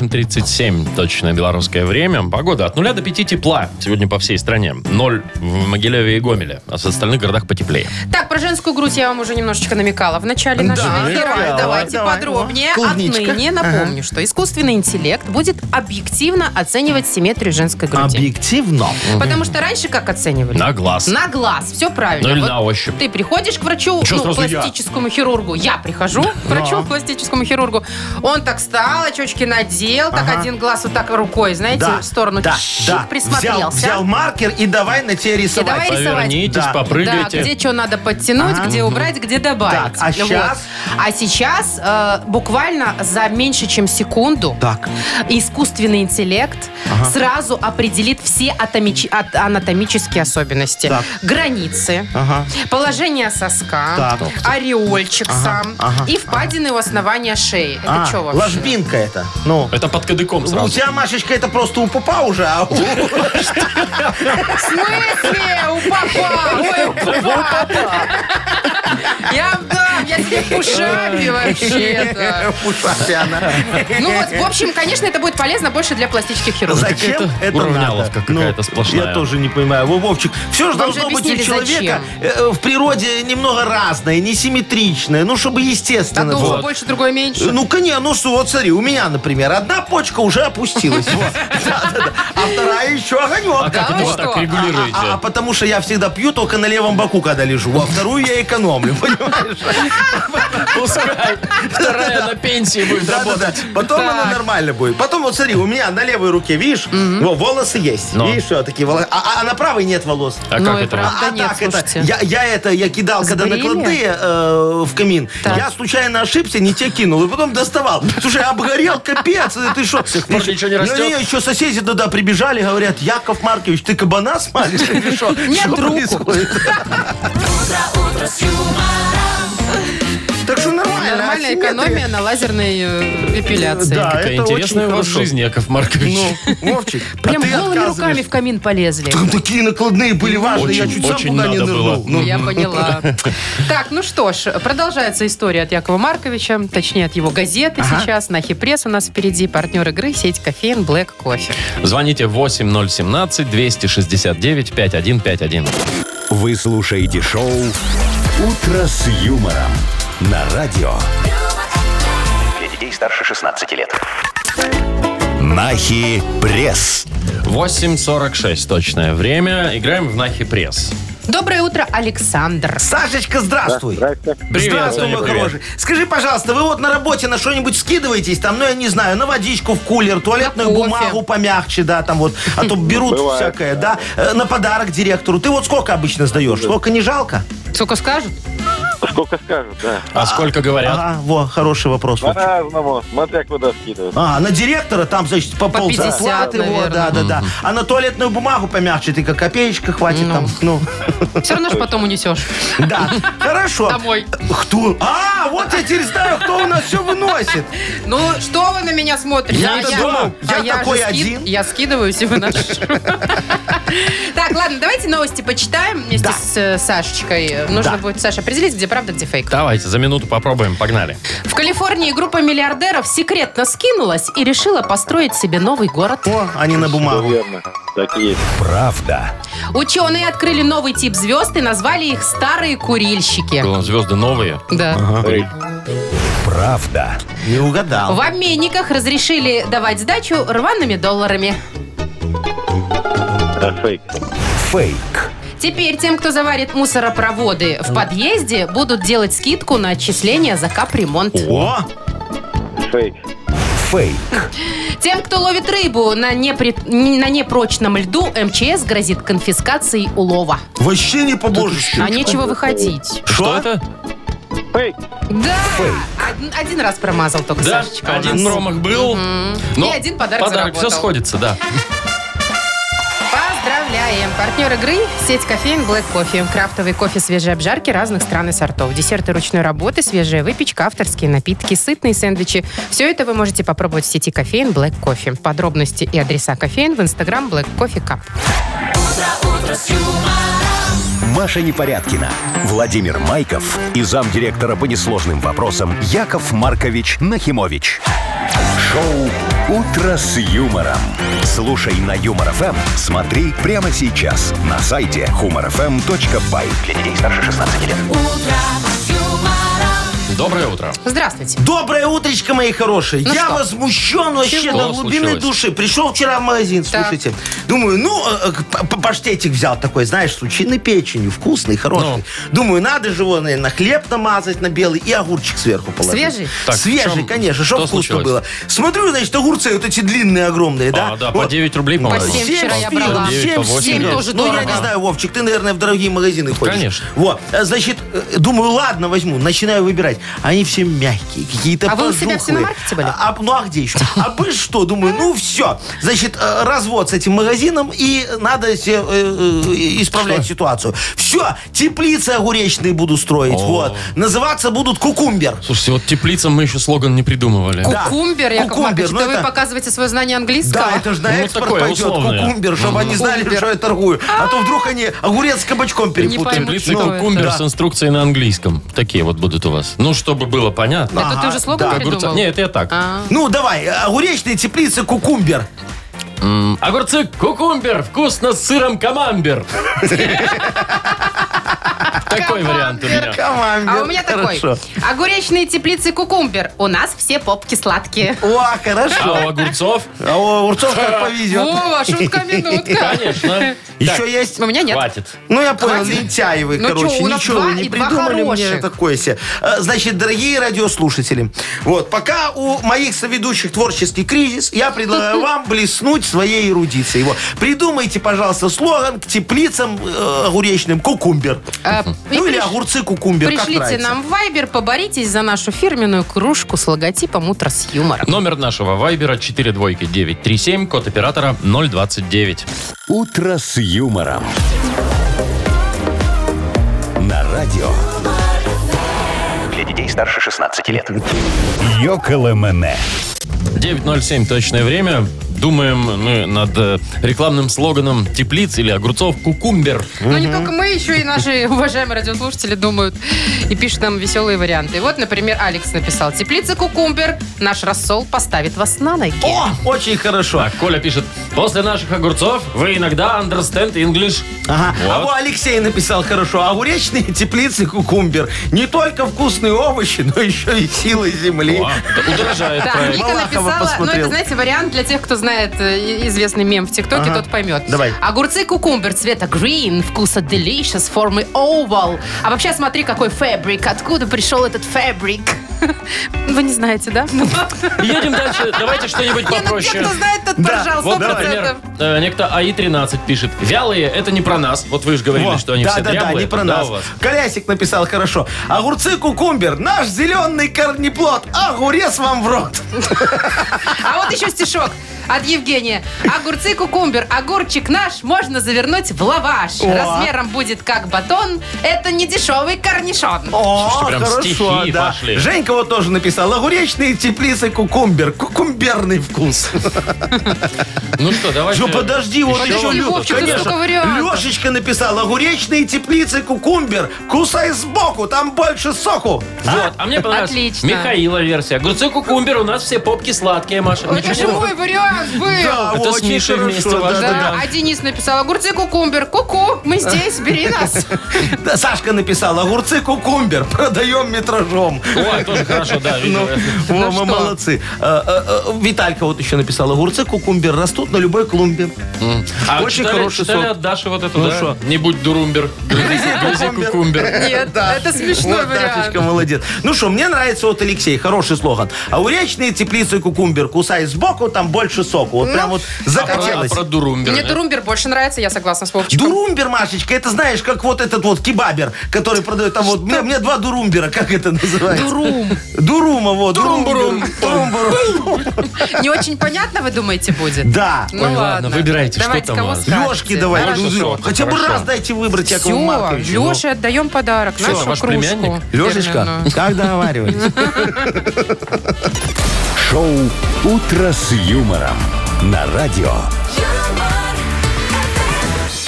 [SPEAKER 3] 8.37, точное белорусское время. Погода от 0 до 5 тепла сегодня по всей стране. 0 в Могилеве и Гомеле, а в остальных городах потеплее.
[SPEAKER 1] Так, про женскую грудь я вам уже немножечко намекала в начале нашего
[SPEAKER 2] Да,
[SPEAKER 1] эфира.
[SPEAKER 2] намекала.
[SPEAKER 1] Давайте
[SPEAKER 2] Давай,
[SPEAKER 1] подробнее.
[SPEAKER 2] о. Клубничка.
[SPEAKER 1] Отныне напомню, что искусственный интеллект будет объективно оценивать симметрию женской груди.
[SPEAKER 2] Объективно.
[SPEAKER 1] Потому что раньше как оценивали?
[SPEAKER 3] На глаз.
[SPEAKER 1] На глаз, все правильно.
[SPEAKER 3] Ну или
[SPEAKER 1] Вот
[SPEAKER 3] на ощупь.
[SPEAKER 1] Ты приходишь к врачу,
[SPEAKER 3] Чё
[SPEAKER 1] ну,
[SPEAKER 3] сразу я?
[SPEAKER 1] пластическому хирургу. Я прихожу к врачу, пластическому хирургу. Он так встал, очечки надел, так
[SPEAKER 2] Ага.
[SPEAKER 1] один глаз вот так рукой, знаете, в сторону
[SPEAKER 2] да,
[SPEAKER 1] чик
[SPEAKER 2] да. Взял,
[SPEAKER 1] присмотрелся.
[SPEAKER 2] взял маркер и давай на тебе рисовать.
[SPEAKER 1] давай рисовать.
[SPEAKER 3] Повернитесь,
[SPEAKER 1] Да,
[SPEAKER 2] Да.
[SPEAKER 3] попрыгайте.
[SPEAKER 1] где что надо подтянуть, где убрать, где добавить.
[SPEAKER 2] Так, а
[SPEAKER 1] Вот.
[SPEAKER 2] щас?
[SPEAKER 1] А сейчас э, буквально за меньше чем секунду
[SPEAKER 2] Так.
[SPEAKER 1] искусственный интеллект сразу определит все атомич- ат- анатомические особенности.
[SPEAKER 2] Так.
[SPEAKER 1] Границы,
[SPEAKER 2] Ага.
[SPEAKER 1] положение соска,
[SPEAKER 2] Так.
[SPEAKER 1] ореольчик сам и впадины у основания шеи. Это
[SPEAKER 2] А,
[SPEAKER 1] что вообще?
[SPEAKER 2] ложбинка это. Ну.
[SPEAKER 3] Это под кадыком
[SPEAKER 2] У
[SPEAKER 3] сразу.
[SPEAKER 2] тебя, Машечка, это просто у попа уже, а у
[SPEAKER 1] В смысле? У папа! Ой, у папа! Я вам дам, я тебе пушами вообще-то.
[SPEAKER 2] Пушапяна.
[SPEAKER 1] Ну вот, в общем, конечно, это будет полезно больше для пластических хирургов.
[SPEAKER 2] Ну, Зачем
[SPEAKER 3] это
[SPEAKER 2] это
[SPEAKER 3] уравняловка
[SPEAKER 2] надо? Ну,
[SPEAKER 3] какая-то сплошная.
[SPEAKER 2] Я тоже не понимаю. Во, Вовчик, все же
[SPEAKER 1] Вам же
[SPEAKER 2] должно быть у
[SPEAKER 1] объяснили,
[SPEAKER 2] человека э, в природе немного разное, несимметричное, ну, чтобы естественно
[SPEAKER 1] Одно
[SPEAKER 2] было.
[SPEAKER 1] уже больше, другое
[SPEAKER 2] Э,
[SPEAKER 1] меньше.
[SPEAKER 2] Ну, конечно, ну что, вот смотри, у меня, например, одна почка уже опустилась. вот. Да-да-да. А вторая еще
[SPEAKER 3] А как
[SPEAKER 2] огонек.
[SPEAKER 1] Да
[SPEAKER 3] это
[SPEAKER 1] вы
[SPEAKER 3] вы так
[SPEAKER 1] что?
[SPEAKER 3] регулируете?
[SPEAKER 2] А, а потому что я всегда пью только на левом боку, когда лежу, а вторую я экономлю, понимаешь?
[SPEAKER 3] Пускай вторая на пенсии будет
[SPEAKER 2] Да-да-да.
[SPEAKER 3] работать.
[SPEAKER 2] Потом
[SPEAKER 1] Так.
[SPEAKER 2] она нормально будет. Потом, вот смотри, у меня на левой руке, видишь, во, волосы есть.
[SPEAKER 3] Но.
[SPEAKER 2] Видишь, все такие волосы. А а на правой нет волос.
[SPEAKER 3] А
[SPEAKER 1] Ну
[SPEAKER 3] как
[SPEAKER 1] и
[SPEAKER 3] это?
[SPEAKER 1] правда.
[SPEAKER 3] вот?
[SPEAKER 1] Да нет,
[SPEAKER 2] это-
[SPEAKER 1] слушайте.
[SPEAKER 2] я, я это, я кидал, когда
[SPEAKER 1] Сбрили?
[SPEAKER 2] накладные э, в камин,
[SPEAKER 1] Так.
[SPEAKER 2] я случайно ошибся, не те кинул, и потом доставал. Слушай, обгорел, капец, э, ты что?
[SPEAKER 3] пор ничего не растет?
[SPEAKER 2] Ну, еще соседи туда прибежали, говорят, Яков Маркович, ты кабана смалишь или что?
[SPEAKER 1] Нет,
[SPEAKER 2] Что
[SPEAKER 1] руку.
[SPEAKER 2] происходит? Так что нормально.
[SPEAKER 1] Нормальная
[SPEAKER 2] асимметрия.
[SPEAKER 1] экономия на лазерной э, эпиляции.
[SPEAKER 2] Да,
[SPEAKER 3] Какая
[SPEAKER 2] А это
[SPEAKER 3] интересная
[SPEAKER 2] очень
[SPEAKER 3] у вас
[SPEAKER 2] хорошо.
[SPEAKER 3] жизнь, Яков Маркович.
[SPEAKER 2] Ну, Вовчик,
[SPEAKER 1] Прям
[SPEAKER 2] а ты
[SPEAKER 1] голыми
[SPEAKER 2] отказываешь.
[SPEAKER 1] руками в камин полезли.
[SPEAKER 2] Там такие накладные были важные, я
[SPEAKER 3] Очень-
[SPEAKER 2] чуть сам
[SPEAKER 3] очень
[SPEAKER 2] туда не
[SPEAKER 3] надо было.
[SPEAKER 2] нырнул. Ну,
[SPEAKER 1] Я поняла. Так, ну что ж, продолжается история от Якова Марковича, точнее от его газеты сейчас. Нахи Пресс у нас впереди, партнер игры, сеть кофеин Black Кофе.
[SPEAKER 3] Звоните 8017-269-5151.
[SPEAKER 4] Вы слушаете шоу «Утро с юмором» на радио.
[SPEAKER 5] Для детей старше 16 лет.
[SPEAKER 4] Нахи пресс.
[SPEAKER 3] 8.46 точное время. Играем в Нахи Пресс.
[SPEAKER 1] Доброе утро, Александр.
[SPEAKER 2] Сашечка, здравствуй.
[SPEAKER 3] Привет,
[SPEAKER 2] Здравствуй,
[SPEAKER 3] Саня,
[SPEAKER 2] мой
[SPEAKER 3] привет.
[SPEAKER 2] хороший. Скажи, пожалуйста, вы вот на работе на что-нибудь скидываетесь, там, ну, я не знаю, на водичку в кулер, туалетную
[SPEAKER 1] На кофе.
[SPEAKER 2] бумагу помягче, да, там вот, а то берут
[SPEAKER 6] Бывает,
[SPEAKER 2] всякое, да, э, на подарок директору. Ты вот сколько обычно сдаешь? Сколько не жалко?
[SPEAKER 1] Сколько скажут?
[SPEAKER 6] Сколько скажут, да.
[SPEAKER 3] А, сколько говорят?
[SPEAKER 2] Ага, во, хороший вопрос. Вовчик.
[SPEAKER 6] По-разному. Смотря куда скидывают.
[SPEAKER 2] А, на директора там, значит, по,
[SPEAKER 1] По
[SPEAKER 2] пол
[SPEAKER 1] 50,
[SPEAKER 2] зарплаты,
[SPEAKER 1] наверное.
[SPEAKER 2] вот, да, да, да. А на туалетную бумагу помягче, ты как копеечка хватит там, ну,
[SPEAKER 1] Все равно же потом унесешь.
[SPEAKER 2] да, хорошо.
[SPEAKER 1] Домой.
[SPEAKER 2] Кто? А, вот я теперь знаю, кто у нас все выносит.
[SPEAKER 1] Ну, что вы на меня смотрите?
[SPEAKER 3] Я
[SPEAKER 1] А
[SPEAKER 3] это думал,
[SPEAKER 1] а
[SPEAKER 2] я такой
[SPEAKER 1] же ски-
[SPEAKER 2] один.
[SPEAKER 1] Я скидываюсь и выношу. Так, ладно, давайте новости почитаем вместе
[SPEAKER 2] Да.
[SPEAKER 1] с э, Сашечкой. Нужно
[SPEAKER 2] Да.
[SPEAKER 1] будет, Саша, определить, где правда, где фейк.
[SPEAKER 3] Давайте, за минуту попробуем, погнали.
[SPEAKER 1] В Калифорнии группа миллиардеров секретно скинулась и решила построить себе новый город.
[SPEAKER 2] О, они на бумагу.
[SPEAKER 6] Верно. Так и есть.
[SPEAKER 4] Правда.
[SPEAKER 1] Ученые открыли новый тип звезд и назвали их старые курильщики.
[SPEAKER 3] Было, Звезды новые.
[SPEAKER 1] Да.
[SPEAKER 4] Правда.
[SPEAKER 2] Не угадал.
[SPEAKER 1] В обменниках разрешили давать сдачу рваными долларами.
[SPEAKER 6] Э, Фейк.
[SPEAKER 4] Фейк.
[SPEAKER 1] Теперь тем, кто заварит мусоропроводы в подъезде, будут делать скидку на отчисления за капремонт.
[SPEAKER 2] О,
[SPEAKER 6] Фейк.
[SPEAKER 4] Фейк.
[SPEAKER 1] Тем, кто ловит рыбу на, непри- на непрочном льду, МЧС грозит конфискацией улова.
[SPEAKER 2] вообще не по-божески.
[SPEAKER 1] А нечего выходить.
[SPEAKER 3] Что это?
[SPEAKER 6] Фейк.
[SPEAKER 1] Да! Од- один раз промазал только
[SPEAKER 3] Да,
[SPEAKER 1] Сашечка у
[SPEAKER 3] один
[SPEAKER 1] нас.
[SPEAKER 3] промах был. Ну,
[SPEAKER 1] И один подарок
[SPEAKER 3] Подарок, все
[SPEAKER 1] заработал.
[SPEAKER 3] сходится, да.
[SPEAKER 1] Поздравляем! Партнер игры – сеть кофеин Black Coffee. Крафтовый кофе свежей обжарки разных стран и сортов. Десерты ручной работы, свежая выпечка, авторские напитки, сытные сэндвичи. Все это вы можете попробовать в сети кофеин Black Coffee. Подробности и адреса кофеин в инстаграм Black Coffee Cup.
[SPEAKER 4] Маша Непорядкина, Владимир Майков и замдиректора по несложным вопросам Яков Маркович Нахимович. Шоу «Утро с юмором». Слушай на Юмор ФМ, смотри прямо сейчас на сайте humorfm.by. Для детей старше 16 лет.
[SPEAKER 3] Доброе утро.
[SPEAKER 1] Здравствуйте.
[SPEAKER 2] Доброе утречко, мои хорошие.
[SPEAKER 1] Ну
[SPEAKER 2] я
[SPEAKER 1] что?
[SPEAKER 2] возмущен вообще
[SPEAKER 3] Чего
[SPEAKER 2] до глубины
[SPEAKER 3] случилось?
[SPEAKER 2] души. Пришел вчера в магазин,
[SPEAKER 1] Так.
[SPEAKER 2] слушайте. Думаю, ну, э, к- п- п- паштетик взял такой, знаешь, с лучиной печенью, вкусный, хороший.
[SPEAKER 3] Ну.
[SPEAKER 2] Думаю, надо же его наверное, на хлеб намазать, на белый, и огурчик сверху положить.
[SPEAKER 1] Свежий?
[SPEAKER 3] Так, в
[SPEAKER 2] Свежий,
[SPEAKER 3] чем-
[SPEAKER 2] конечно,
[SPEAKER 3] что
[SPEAKER 2] чтобы вкусно
[SPEAKER 3] случилось?
[SPEAKER 2] было. Смотрю, значит, огурцы вот эти длинные, огромные, да?
[SPEAKER 3] А, да, по
[SPEAKER 2] Вот.
[SPEAKER 3] 9 рублей, по-моему.
[SPEAKER 1] По семь
[SPEAKER 2] Семь
[SPEAKER 1] вчера я
[SPEAKER 2] штук,
[SPEAKER 1] брала.
[SPEAKER 3] Девять
[SPEAKER 2] семь
[SPEAKER 3] по восемь.
[SPEAKER 2] штук.
[SPEAKER 3] Семь
[SPEAKER 1] тоже
[SPEAKER 2] Ну, я
[SPEAKER 1] дорого.
[SPEAKER 2] не знаю, Вовчик, ты, наверное, в дорогие магазины ходишь.
[SPEAKER 3] Конечно.
[SPEAKER 2] Вот, э, значит, э, думаю, ладно, возьму, начинаю выбирать. Они все мягкие, какие-то
[SPEAKER 1] А вы у себя в
[SPEAKER 2] пожухлые.
[SPEAKER 1] Синомаркете были?
[SPEAKER 2] А, а, ну, а где еще? А бы что, думаю, ну, все. Значит, э, развод с этим магазином, и надо се- э, э, исправлять ситуацию. Все, теплицы огуречные буду строить,
[SPEAKER 3] О.
[SPEAKER 2] вот. Называться будут кукумбер.
[SPEAKER 3] Слушайте, вот теплицам мы еще слоган не придумывали.
[SPEAKER 2] Да.
[SPEAKER 1] Кумбер, Яков
[SPEAKER 2] Кукумбер,
[SPEAKER 1] Маркович,
[SPEAKER 2] ну
[SPEAKER 1] то вы
[SPEAKER 2] это-
[SPEAKER 1] показываете свое знание
[SPEAKER 2] Да,
[SPEAKER 1] английского.
[SPEAKER 2] это же на
[SPEAKER 3] Ну,
[SPEAKER 2] экспорт
[SPEAKER 3] такое
[SPEAKER 2] пойдет,
[SPEAKER 3] условное.
[SPEAKER 2] кукумбер, чтобы они знали,
[SPEAKER 1] Кукумбер.
[SPEAKER 2] что я торгую. А то вдруг они огурец с кабачком перепутают.
[SPEAKER 1] поймут,
[SPEAKER 3] Теплицы
[SPEAKER 1] что
[SPEAKER 3] кукумбер
[SPEAKER 1] это.
[SPEAKER 3] с инструкцией на английском. Такие вот будут у вас. Ну, чтобы было понятно.
[SPEAKER 1] Это ты
[SPEAKER 2] Ага,
[SPEAKER 1] уже слоган
[SPEAKER 2] да.
[SPEAKER 3] Огурца-
[SPEAKER 1] придумал?
[SPEAKER 3] Не, это я так.
[SPEAKER 1] А.
[SPEAKER 2] Ну, давай, огуречные теплицы кукумбер.
[SPEAKER 3] М, Огурцы кукумбер, вкусно с сыром камамбер. Такой вариант у меня.
[SPEAKER 2] Камамбер.
[SPEAKER 1] А у меня такой.
[SPEAKER 2] Хорошо.
[SPEAKER 1] Огуречные теплицы кукумбер. У нас все попки сладкие.
[SPEAKER 2] О, хорошо.
[SPEAKER 3] А у огурцов?
[SPEAKER 2] А у огурцов как повезет.
[SPEAKER 1] О, шутка-минутка.
[SPEAKER 3] Конечно.
[SPEAKER 2] Еще есть...
[SPEAKER 1] У меня нет.
[SPEAKER 3] Хватит.
[SPEAKER 2] Ну, я понял,
[SPEAKER 1] Хватит.
[SPEAKER 2] лентяи вы,
[SPEAKER 1] Ну
[SPEAKER 2] короче,
[SPEAKER 1] чё, у нас
[SPEAKER 2] ничего вы
[SPEAKER 1] два
[SPEAKER 2] не
[SPEAKER 1] и два
[SPEAKER 2] придумали мне
[SPEAKER 1] хороших.
[SPEAKER 2] такое себе. А, Значит, дорогие радиослушатели, вот, пока у моих соведущих творческий кризис, я предлагаю вам блеснуть своей эрудицией. Вот. Придумайте, пожалуйста, слоган к теплицам э, огуречным «Кукумбер».
[SPEAKER 1] Э, и
[SPEAKER 2] Ну, или
[SPEAKER 1] приш-
[SPEAKER 2] огурцы «Кукумбер», как
[SPEAKER 1] Пришлите
[SPEAKER 2] нравится.
[SPEAKER 1] нам в Viber, поборитесь за нашу фирменную кружку с логотипом «Утро с юмором».
[SPEAKER 3] Номер нашего вайбера 42937, код оператора 029.
[SPEAKER 4] «Утро с юмором». На радио
[SPEAKER 5] Для детей старше 16 лет.
[SPEAKER 4] «Йоколэмэне».
[SPEAKER 3] 9.07 точное время. Думаем мы над э, рекламным слоганом теплиц или огурцов кукумбер.
[SPEAKER 1] Но не только мы, еще и наши уважаемые радиослушатели думают и пишут нам веселые варианты. Вот, например, Алекс написал «Теплица кукумбер, наш рассол поставит вас на ноги».
[SPEAKER 2] О, очень хорошо.
[SPEAKER 3] Так, Коля пишет, после наших огурцов вы иногда understand English.
[SPEAKER 2] Ага.
[SPEAKER 3] Вот.
[SPEAKER 2] А вот Алексей написал хорошо. Огуречные теплицы кукумбер. Не только вкусные овощи, но еще и силы земли.
[SPEAKER 3] О, да удорожает
[SPEAKER 1] Да,
[SPEAKER 3] проект.
[SPEAKER 1] Вика
[SPEAKER 2] Малахова
[SPEAKER 1] написала, ну это,
[SPEAKER 2] посмотрел.
[SPEAKER 1] знаете, вариант для тех, кто знает э, и- известный мем в ТикТоке,
[SPEAKER 2] Ага.
[SPEAKER 1] тот поймет.
[SPEAKER 2] Давай.
[SPEAKER 1] Огурцы кукумбер цвета green, вкуса delicious, формы oval. А вообще смотри, какой фабрик, откуда пришел этот фабрик. Вы не знаете, да? Ну,
[SPEAKER 3] Едем дальше, давайте что-нибудь
[SPEAKER 1] Не, ну те,
[SPEAKER 3] попроще.
[SPEAKER 1] кто знает, тот
[SPEAKER 2] Да,
[SPEAKER 1] поржал,
[SPEAKER 3] Вот,
[SPEAKER 1] сто
[SPEAKER 3] например,
[SPEAKER 1] процентов.
[SPEAKER 3] э, некто АИ-13 пишет, вялые, это не про нас. Вот вы же говорили,
[SPEAKER 2] Во.
[SPEAKER 3] что они
[SPEAKER 2] да,
[SPEAKER 3] все
[SPEAKER 2] да, да,
[SPEAKER 3] дряблые.
[SPEAKER 2] не про
[SPEAKER 3] Да,
[SPEAKER 2] нас.
[SPEAKER 3] у вас.
[SPEAKER 2] Колясик написал хорошо. Огурцы кукумбер, наш зеленый корнеплод. Огурец вам в рот.
[SPEAKER 1] А вот еще стишок от Евгения. Огурцы кукумбер, огурчик наш можно завернуть в лаваш.
[SPEAKER 2] О.
[SPEAKER 1] Размером будет как батон. Это не дешевый корнишон.
[SPEAKER 2] О,
[SPEAKER 3] Слушайте, прям стихи пошли.
[SPEAKER 2] Женька Якова тоже написал. Огуречные теплицы кукумбер. Кукумберный вкус.
[SPEAKER 3] Ну что, давайте...
[SPEAKER 2] Что, подожди, он
[SPEAKER 3] еще
[SPEAKER 2] еще
[SPEAKER 3] вот-
[SPEAKER 2] Лю-
[SPEAKER 1] Вовчик, тут столько вариантов.
[SPEAKER 2] Лешечка написал. Огуречные теплицы кукумбер. Кусай сбоку, там больше соку.
[SPEAKER 3] Вот, а мне понравилась
[SPEAKER 1] Отлично.
[SPEAKER 3] Михаила версия. Огурцы кукумбер, у нас все попки сладкие, Маша.
[SPEAKER 1] Это
[SPEAKER 3] Ничего
[SPEAKER 1] же
[SPEAKER 3] не было.
[SPEAKER 1] мой вариант был.
[SPEAKER 3] Это с
[SPEAKER 2] очень
[SPEAKER 3] Мишей
[SPEAKER 2] хорошо,
[SPEAKER 3] вместе
[SPEAKER 2] да,
[SPEAKER 3] ваш
[SPEAKER 1] Да,
[SPEAKER 2] да,
[SPEAKER 3] вариант.
[SPEAKER 1] а Денис написал, огурцы кукумбер, ку-ку, мы здесь, бери нас.
[SPEAKER 2] Да, Сашка написал, огурцы кукумбер продаем метражом.
[SPEAKER 3] Ой, тоже хорошо, да.
[SPEAKER 2] Ну,
[SPEAKER 3] видно.
[SPEAKER 2] во, мы
[SPEAKER 1] что?
[SPEAKER 2] молодцы. Э, э, э, Виталька вот еще написал, огурцы кукумбер растут на любой клумбе.
[SPEAKER 3] А
[SPEAKER 2] очень
[SPEAKER 3] читали-
[SPEAKER 2] хороший
[SPEAKER 3] читали
[SPEAKER 2] сок.
[SPEAKER 3] от Даши вот это,
[SPEAKER 2] Ну
[SPEAKER 3] да?
[SPEAKER 2] что?
[SPEAKER 3] Не будь дурумбер, грызи грызи кукумбер.
[SPEAKER 1] Нет, это смешной
[SPEAKER 2] Вот, Дашечка,
[SPEAKER 1] вариант.
[SPEAKER 2] молодец. Ну что, мне нравится вот Алексей, хороший слоган. Ауречные теплицы кукумбер, кусай сбоку, там больше соку. Вот прям вот
[SPEAKER 3] А про- а
[SPEAKER 2] захотелось.
[SPEAKER 3] про дурумбер?
[SPEAKER 1] Мне
[SPEAKER 3] нет?
[SPEAKER 1] Дурумбер больше нравится, я согласна с Вовчиком.
[SPEAKER 2] Дурумбер, Машечка, это знаешь, как вот этот вот кебабер, который продает там вот... Мне, мне два дурумбера, как это называется?
[SPEAKER 1] Дурум.
[SPEAKER 2] Дурума, вот.
[SPEAKER 3] Дурум-бурум.
[SPEAKER 2] дурумбер. Дурум-бурум.
[SPEAKER 1] Не очень понятно, вы думаете, будет?
[SPEAKER 2] Да.
[SPEAKER 1] Ну
[SPEAKER 3] Ой, ладно, выбирайте, что
[SPEAKER 1] Давайте,
[SPEAKER 3] там у
[SPEAKER 1] кого
[SPEAKER 3] вас.
[SPEAKER 1] скажете.
[SPEAKER 2] Лешки давай.
[SPEAKER 3] Хорошо,
[SPEAKER 2] ну,
[SPEAKER 3] всё,
[SPEAKER 2] Хотя бы
[SPEAKER 3] хорошо.
[SPEAKER 2] раз дайте выбрать Якову
[SPEAKER 1] Все,
[SPEAKER 2] Марковичу. ну.
[SPEAKER 1] Леше отдаем подарок,
[SPEAKER 3] Всё,
[SPEAKER 1] нашу
[SPEAKER 3] ваш
[SPEAKER 1] кружку.
[SPEAKER 3] племянник?
[SPEAKER 2] Лешечка,
[SPEAKER 3] ну.
[SPEAKER 1] фирменную.
[SPEAKER 2] как договаривались?
[SPEAKER 4] Шоу «Утро с юмором» на радио.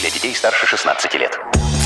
[SPEAKER 5] Для детей старше 16 лет.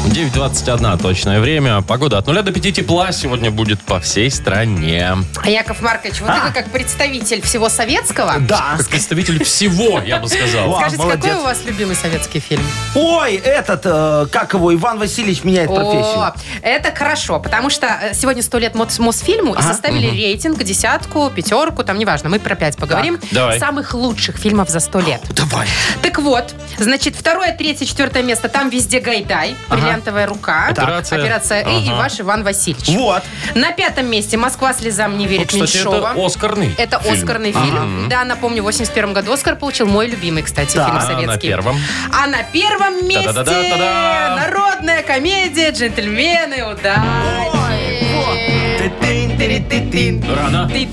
[SPEAKER 3] 9.21 точное время. Погода от 0 до 5 тепла сегодня будет по всей стране.
[SPEAKER 1] А Яков Маркович, вот вы как представитель всего советского,
[SPEAKER 2] Да.
[SPEAKER 3] Как представитель всего, я бы сказал.
[SPEAKER 2] Ва.
[SPEAKER 1] скажите,
[SPEAKER 2] молодец.
[SPEAKER 1] какой у вас любимый советский фильм?
[SPEAKER 2] Ой, этот, э, как его, Иван Васильевич меняет профессию.
[SPEAKER 1] О, это хорошо, потому что э, сегодня сто лет Мос- Мосфильму и составили рейтинг, десятку, пятерку, там неважно, мы про пять поговорим,
[SPEAKER 3] давай.
[SPEAKER 1] самых лучших фильмов за сто лет.
[SPEAKER 3] Давай.
[SPEAKER 1] Так вот, значит, второе, третье, четвертое место, там везде Гайдай, Бриллиантовая рука,
[SPEAKER 3] Операция.
[SPEAKER 1] «Операция «И» и
[SPEAKER 3] Ага.
[SPEAKER 1] ваш Иван Васильевич.
[SPEAKER 2] Вот.
[SPEAKER 1] На пятом месте «Москва слезам не верит»
[SPEAKER 3] Кстати,
[SPEAKER 1] Меньшова.
[SPEAKER 3] это Оскарный
[SPEAKER 1] Это
[SPEAKER 3] фильм.
[SPEAKER 1] Оскарный фильм. Да, напомню, в 81 году Оскар получил мой любимый, кстати,
[SPEAKER 2] Да.
[SPEAKER 1] фильм
[SPEAKER 3] А
[SPEAKER 1] советский.
[SPEAKER 3] на первом?
[SPEAKER 1] А на первом месте
[SPEAKER 3] Та-да-да-да-да-да.
[SPEAKER 1] народная комедия «Джентльмены удачи».
[SPEAKER 2] Ты-тын-тыры-ты-тын.
[SPEAKER 3] Рано.
[SPEAKER 1] Ты-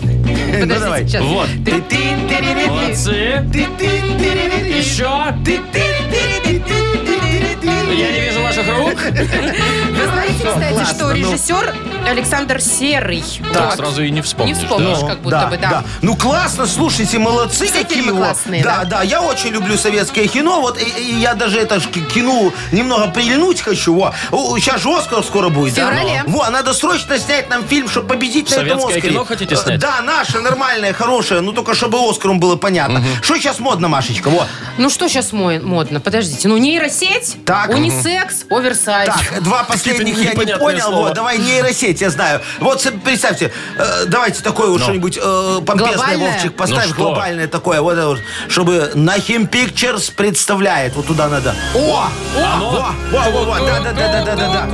[SPEAKER 2] Ну, давай.
[SPEAKER 1] Подождите, сейчас.
[SPEAKER 3] Вот.
[SPEAKER 1] Ты-тын-тыры-ты-ты.
[SPEAKER 3] Молодцы.
[SPEAKER 2] Ты-тын-тыры-ты-тын.
[SPEAKER 3] Еще.
[SPEAKER 2] Ты-тын-тыры-ты-тын.
[SPEAKER 3] Я не вижу ваших рук.
[SPEAKER 1] Вы знаете, кстати,
[SPEAKER 2] Классно,
[SPEAKER 1] что
[SPEAKER 2] ну.
[SPEAKER 1] режиссер Александр Серый.
[SPEAKER 3] Так
[SPEAKER 1] Вот.
[SPEAKER 3] сразу и не
[SPEAKER 1] Не
[SPEAKER 3] вспомнишь.
[SPEAKER 1] вспомнишь, как будто бы, да.
[SPEAKER 2] Ну классно, слушайте, молодцы
[SPEAKER 1] Все
[SPEAKER 2] какие
[SPEAKER 1] фильмы
[SPEAKER 2] его.
[SPEAKER 1] классные,
[SPEAKER 2] да,
[SPEAKER 1] да?
[SPEAKER 2] да, я очень люблю советское кино. Вот и- и я даже это ж к- кино немного прильнуть хочу. Во. Сейчас же Оскар скоро будет.
[SPEAKER 1] В феврале.
[SPEAKER 2] Да? Во, надо срочно снять нам фильм, чтобы победить на этом
[SPEAKER 3] Советское
[SPEAKER 2] Оскаре.
[SPEAKER 3] кино хотите снять?
[SPEAKER 2] Э, Да, наше нормальное, хорошее, ну только чтобы Оскаром было понятно. Что сейчас модно, Машечка? Вот.
[SPEAKER 1] Ну что сейчас модно? Подождите. Ну нейросеть,
[SPEAKER 2] Так.
[SPEAKER 1] унисекс, оверсайз.
[SPEAKER 2] Так, два последних я не
[SPEAKER 3] непонятные
[SPEAKER 2] понял.
[SPEAKER 3] слова.
[SPEAKER 2] Вот, давай нейросеть, я знаю. Вот с- представьте, э, давайте такое вот что-нибудь э, помпезное,
[SPEAKER 1] Глобальное?
[SPEAKER 2] Вовчик, поставь
[SPEAKER 3] Ну что?
[SPEAKER 2] глобальное такое, вот, это вот, чтобы Нахим Pictures представляет. Вот туда надо. О!
[SPEAKER 3] Оно?
[SPEAKER 2] Во! Во, во, во, да, да, да, да, да, да, да.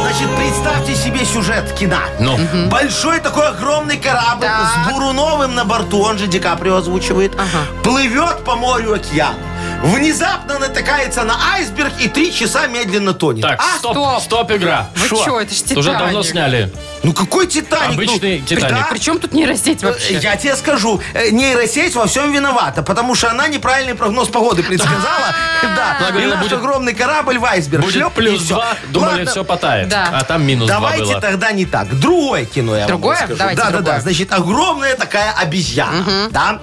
[SPEAKER 2] Значит, представьте себе сюжет кино.
[SPEAKER 3] Ну.
[SPEAKER 2] Большой такой огромный корабль
[SPEAKER 1] Так.
[SPEAKER 2] с Буруновым на борту, он же Ди Каприо озвучивает,
[SPEAKER 1] Ага.
[SPEAKER 2] плывет по морю океан. Внезапно натыкается на айсберг и три часа медленно тонет.
[SPEAKER 3] Так,
[SPEAKER 2] А?
[SPEAKER 3] стоп,
[SPEAKER 1] стоп.
[SPEAKER 3] стоп, игра.
[SPEAKER 1] Вы
[SPEAKER 2] Шо?
[SPEAKER 1] что, это ж
[SPEAKER 3] Уже давно
[SPEAKER 1] «Титаник».
[SPEAKER 3] сняли.
[SPEAKER 2] Ну какой Титаник?
[SPEAKER 3] Обычный
[SPEAKER 2] Ну,
[SPEAKER 3] «Титаник».
[SPEAKER 2] да?
[SPEAKER 1] Причем тут нейросеть вообще?
[SPEAKER 2] Я тебе скажу, э, нейросеть во всем виновата, потому что она неправильный прогноз погоды предсказала. Да,
[SPEAKER 3] Она
[SPEAKER 2] и
[SPEAKER 3] говорила,
[SPEAKER 2] наш
[SPEAKER 3] будет-
[SPEAKER 2] огромный корабль в айсберг.
[SPEAKER 3] Будет
[SPEAKER 2] шлеп, и
[SPEAKER 3] плюс
[SPEAKER 2] всё.
[SPEAKER 3] два. Думали,
[SPEAKER 2] Ладно,
[SPEAKER 3] все потает.
[SPEAKER 1] Да.
[SPEAKER 3] А там минус два
[SPEAKER 2] Давайте
[SPEAKER 3] было.
[SPEAKER 2] тогда не так. Другое кино я
[SPEAKER 1] Другое?
[SPEAKER 2] вам расскажу.
[SPEAKER 1] Давайте
[SPEAKER 2] да, да,
[SPEAKER 1] другое.
[SPEAKER 2] да. Значит, огромная такая обезьяна, да,